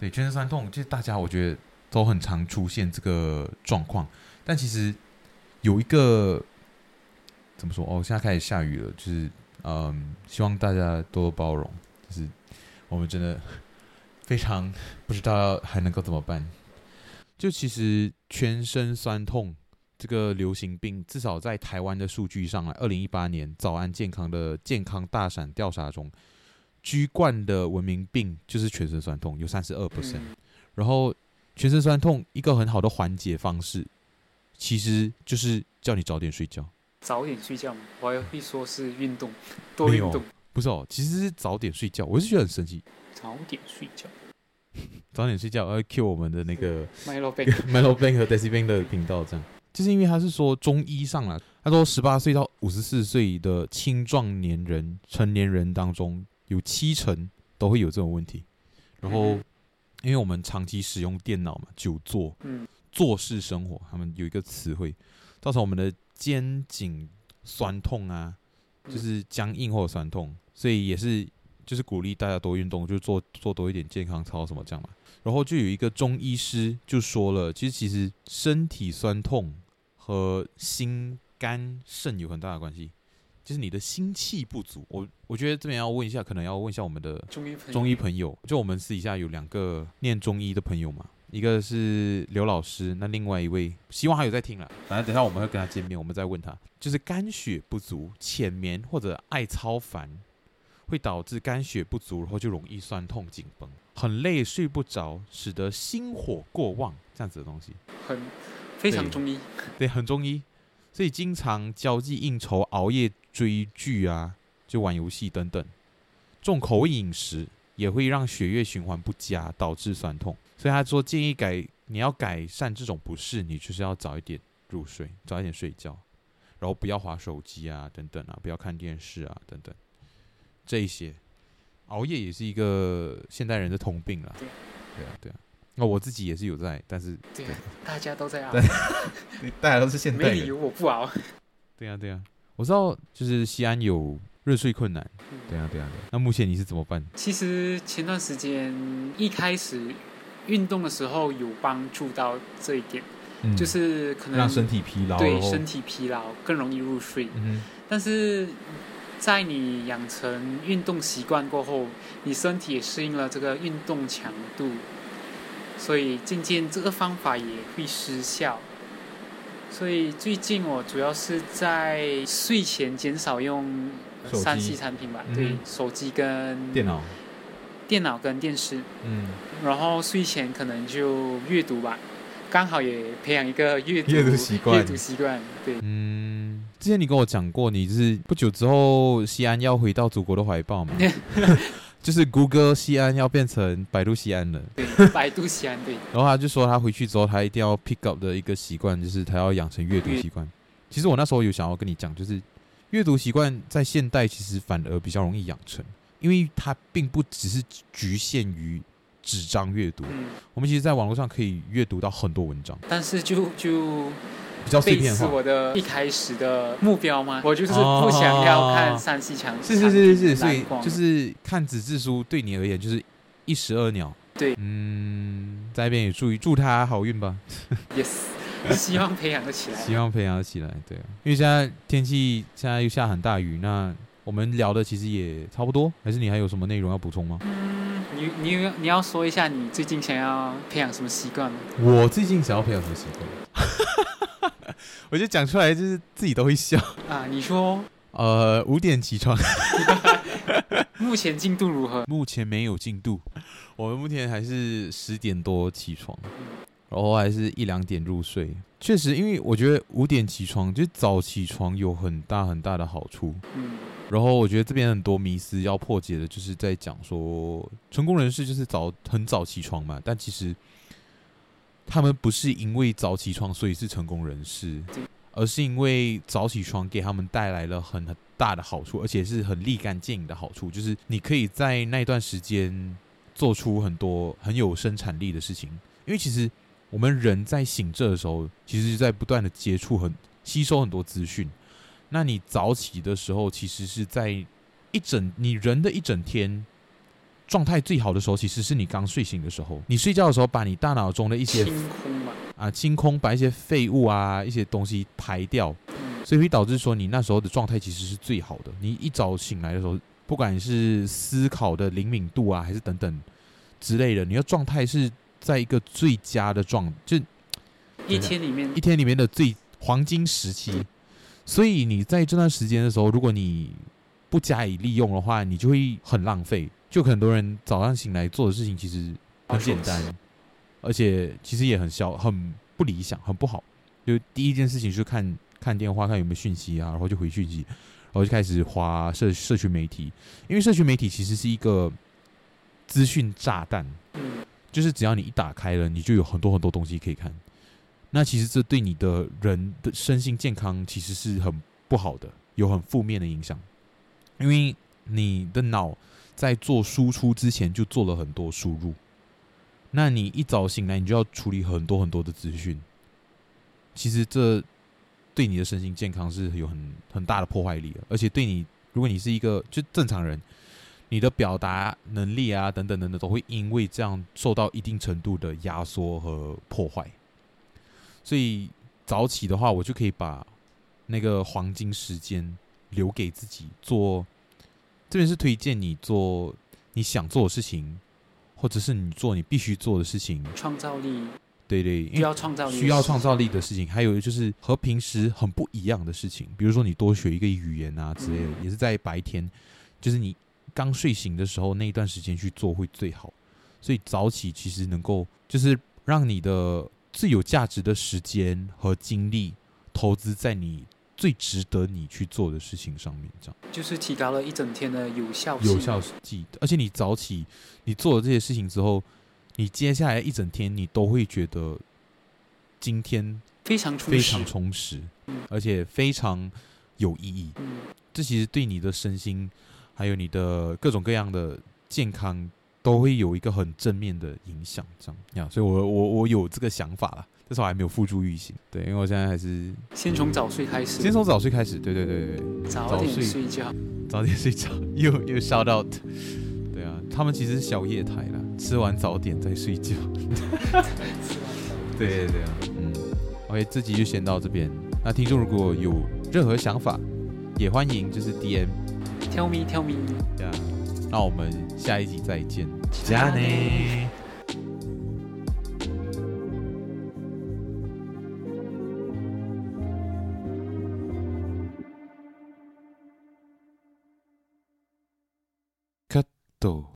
[SPEAKER 1] 对，全身酸痛，就是大家我觉得都很常出现这个状况。但其实有一个怎么说？哦，现在开始下雨了，就是嗯，希望大家多多包容。就是我们真的非常不知道还能够怎么办。就其实全身酸痛这个流行病，至少在台湾的数据上来，啊二零一八年早安健康的健康大赏调查中，居冠的文明病就是全身酸痛，有三十二 percent。
[SPEAKER 2] 嗯，
[SPEAKER 1] 然后全身酸痛一个很好的缓解方式，其实就是叫你早点睡觉。
[SPEAKER 2] 早点睡觉嘛，我还会说是运动，多
[SPEAKER 1] 没
[SPEAKER 2] 运
[SPEAKER 1] 有
[SPEAKER 2] 动，
[SPEAKER 1] 不是哦，其实是早点睡觉。我是觉得很神奇，
[SPEAKER 2] 早点睡觉。
[SPEAKER 1] 早点睡觉，呃，Q 我们的那个
[SPEAKER 2] My l o b a
[SPEAKER 1] Melo Bank 和 Desi Bank 的频道，这样，就是因为他是说中医上来，他说十八岁到五十四岁的青壮年人、成年人当中，有七成都会有这种问题。然后
[SPEAKER 2] 嗯，
[SPEAKER 1] 因为我们长期使用电脑嘛，久坐，
[SPEAKER 2] 嗯，
[SPEAKER 1] 坐式生活，他们有一个词汇，造成我们的肩颈酸痛啊，
[SPEAKER 2] 嗯
[SPEAKER 1] 就是僵硬或者酸痛，所以也是就是鼓励大家多运动，就做做多一点健康操什么这样嘛。然后就有一个中医师就说了，其实其实身体酸痛和心肝肾有很大的关系，就是你的心气不足。我我觉得这边要问一下，可能要问一下我们的
[SPEAKER 2] 中医朋友，
[SPEAKER 1] 中医朋友，就我们私底下有两个念中医的朋友嘛，一个是刘老师，那另外一位希望他有在听了。反正等一下我们会跟他见面，我们再问他，就是肝血不足、浅眠或者爱超凡，会导致肝血不足，然后就容易酸痛、紧绷，很累、睡不着，使得心火过旺这样子的东西。
[SPEAKER 2] 很非常
[SPEAKER 1] 对
[SPEAKER 2] 中医，
[SPEAKER 1] 对，很中医，所以经常交际应酬、熬夜追剧啊，就玩游戏等等，重口味饮食也会让血液循环不佳，导致酸痛。所以他说建议改，你要改善这种不适，你就是要早一点入睡，早一点睡觉，然后不要划手机啊，等等啊，不要看电视啊，等等，这一些。熬夜也是一个现代人的通病啦。
[SPEAKER 2] 对
[SPEAKER 1] 对啊，对啊。那我自己也是有在，但是
[SPEAKER 2] 对啊，大家都在熬
[SPEAKER 3] 对，大家都是现代
[SPEAKER 2] 没理
[SPEAKER 3] 人，
[SPEAKER 2] 由我不熬。
[SPEAKER 1] 对啊呀、对呀、我知道，就是西安有入睡困难。
[SPEAKER 2] 嗯
[SPEAKER 3] 对啊对啊对啊，
[SPEAKER 1] 那目前你是怎么办？
[SPEAKER 2] 其实前段时间一开始运动的时候有帮助到这一点，
[SPEAKER 3] 嗯
[SPEAKER 2] 就是可能
[SPEAKER 3] 让身体疲劳，
[SPEAKER 2] 对
[SPEAKER 3] 然后
[SPEAKER 2] 身体疲劳更容易入睡。
[SPEAKER 3] 嗯
[SPEAKER 2] 但是在你养成运动习惯过后，你身体也适应了这个运动强度，所以渐渐这个方法也会失效。所以最近我主要是在睡前减少用
[SPEAKER 3] 手机
[SPEAKER 2] 三 C 产品吧，
[SPEAKER 3] 嗯
[SPEAKER 2] 对，手机跟
[SPEAKER 3] 哼，电脑，
[SPEAKER 2] 电脑跟电视，
[SPEAKER 3] 嗯，
[SPEAKER 2] 然后睡前可能就阅读吧，刚好也培养一个阅读
[SPEAKER 3] 阅读习惯
[SPEAKER 2] 阅读习惯，对，
[SPEAKER 1] 嗯，之前你跟我讲过，你就是不久之后西安要回到祖国的怀抱 嘛，就是 Google 西安要变成百度西安了。
[SPEAKER 2] 对，百度西安，对，
[SPEAKER 1] 然后他就说他回去之后，他一定要 pick up 的一个习惯，就是他要养成阅读习惯。其实我那时候有想要跟你讲，就是阅读习惯在现代其实反而比较容易养成，因为它并不只是局限于纸张阅读，
[SPEAKER 2] 嗯。
[SPEAKER 1] 我们其实在网络上可以阅读到很多文章，
[SPEAKER 2] 但是就就
[SPEAKER 1] 比较哦碎
[SPEAKER 2] 背
[SPEAKER 1] 片
[SPEAKER 2] 刺
[SPEAKER 1] 化。哦
[SPEAKER 2] 我的一开始的目标吗？我就是不想要看山西强，
[SPEAKER 1] 是是是是，所
[SPEAKER 2] 长
[SPEAKER 1] 以
[SPEAKER 2] 江蓝光
[SPEAKER 1] 就是看纸质书对你而言就是一石二鸟。
[SPEAKER 2] 对
[SPEAKER 1] 嗯，在那边也祝一祝他好运吧，
[SPEAKER 2] yes，希 望培养得起来。
[SPEAKER 1] 希望培养起来。对啊，因为现在天气现在又下很大雨，那我们聊的其实也差不多，还是你还有什么内容要补充吗？
[SPEAKER 2] 嗯，你你你要说一下你最近想要培养什么习惯吗？
[SPEAKER 1] 我最近想要培养什么习惯？ 我就讲出来，就是自己都会 笑。
[SPEAKER 2] 啊，你说
[SPEAKER 1] 呃，五点起床，
[SPEAKER 2] 目前进度如何？
[SPEAKER 1] 目前没有进度，我们目前还是十点多起床，然后还是一两点入睡。确实，因为我觉得五点起床，就是早起床有很大很大的好处。
[SPEAKER 2] 嗯
[SPEAKER 1] 然后我觉得这边很多迷思要破解的，就是在讲说成功人士就是早很早起床嘛，但其实他们不是因为早起床所以是成功人士
[SPEAKER 2] 对，
[SPEAKER 1] 而是因为早起床给他们带来了很大的好处，而且是很立竿见影的好处，就是你可以在那一段时间做出很多很有生产力的事情，因为其实我们人在醒着的时候，其实是在不断的接触很吸收很多资讯。那你早起的时候，其实是在一整你人的一整天状态最好的时候，其实是你刚睡醒的时候。你睡觉的时候，把你大脑中的一些
[SPEAKER 2] 清空嘛。
[SPEAKER 1] 啊清空，把一些废物啊一些东西排掉，
[SPEAKER 2] 嗯
[SPEAKER 1] 所以会导致说你那时候的状态其实是最好的。你一早醒来的时候，不管是思考的灵敏度啊，还是等等之类的，你的状态是在一个最佳的状，就
[SPEAKER 2] 一天里面
[SPEAKER 1] 一天里面的最黄金时期。所以你在这段时间的时候，如果你不加以利用的话，你就会很浪费。就很多人早上醒来做的事情其实很简单，而且其实也很消，很不理想，很不好。就第一件事情就是看看电话，看有没有讯息啊，然后就回讯息，然后就开始划社社群媒体，因为社群媒体其实是一个资讯炸弹。
[SPEAKER 2] 嗯
[SPEAKER 1] 就是只要你一打开了，你就有很多很多东西可以看。那其实这对你的人的身心健康其实是很不好的，有很负面的影响，因为你的脑在做输出之前就做了很多输入，那你一早醒来你就要处理很多很多的资讯，其实这对你的身心健康是有很很大的破坏力的，而且对你，如果你是一个就正常人，你的表达能力啊，等等等等，都会因为这样受到一定程度的压缩和破坏。所以早起的话，我就可以把那个黄金时间留给自己做。这边是推荐你做你想做的事情，或者是你做你必须做的事情，
[SPEAKER 2] 创造力
[SPEAKER 1] 对对，因
[SPEAKER 2] 需
[SPEAKER 1] 为
[SPEAKER 2] 要创造力，
[SPEAKER 1] 需要创造力的事情，还有就是和平时很不一样的事情，比如说你多学一个语言啊之类的，
[SPEAKER 2] 嗯
[SPEAKER 1] 也是在白天，就是你刚睡醒的时候那一段时间去做会最好。所以早起其实能够就是让你的最有价值的时间和精力投资在你最值得你去做的事情上面，这样
[SPEAKER 2] 就是提高了一整天的有效性。
[SPEAKER 1] 有效记。而且你早起，你做了这些事情之后，你接下来一整天你都会觉得今天
[SPEAKER 2] 非常充
[SPEAKER 1] 非
[SPEAKER 2] 实
[SPEAKER 1] 常。充实
[SPEAKER 2] 嗯，
[SPEAKER 1] 而且非常有意义。
[SPEAKER 2] 嗯，
[SPEAKER 1] 这其实对你的身心，还有你的各种各样的健康，都会有一个很正面的影响。这样呀，所以我我我有这个想法啦，但是我还没有付诸于行。对，因为我现在还是
[SPEAKER 2] 先从早睡开始，
[SPEAKER 1] 嗯先从早睡开始。对对对对对，
[SPEAKER 2] 早
[SPEAKER 1] 早
[SPEAKER 2] 点
[SPEAKER 1] 睡
[SPEAKER 2] 睡觉。
[SPEAKER 1] 早点睡觉，又又 shout out。对啊，他们其实是宵夜台啦，吃完早点再睡觉。对对对啊，嗯，OK，这集就先到这边。那听众如果有任何想法，也欢迎就是 DM
[SPEAKER 2] Tell me, tell me。
[SPEAKER 1] 这样。啊那我们下一集再见，
[SPEAKER 2] じゃあね
[SPEAKER 1] どう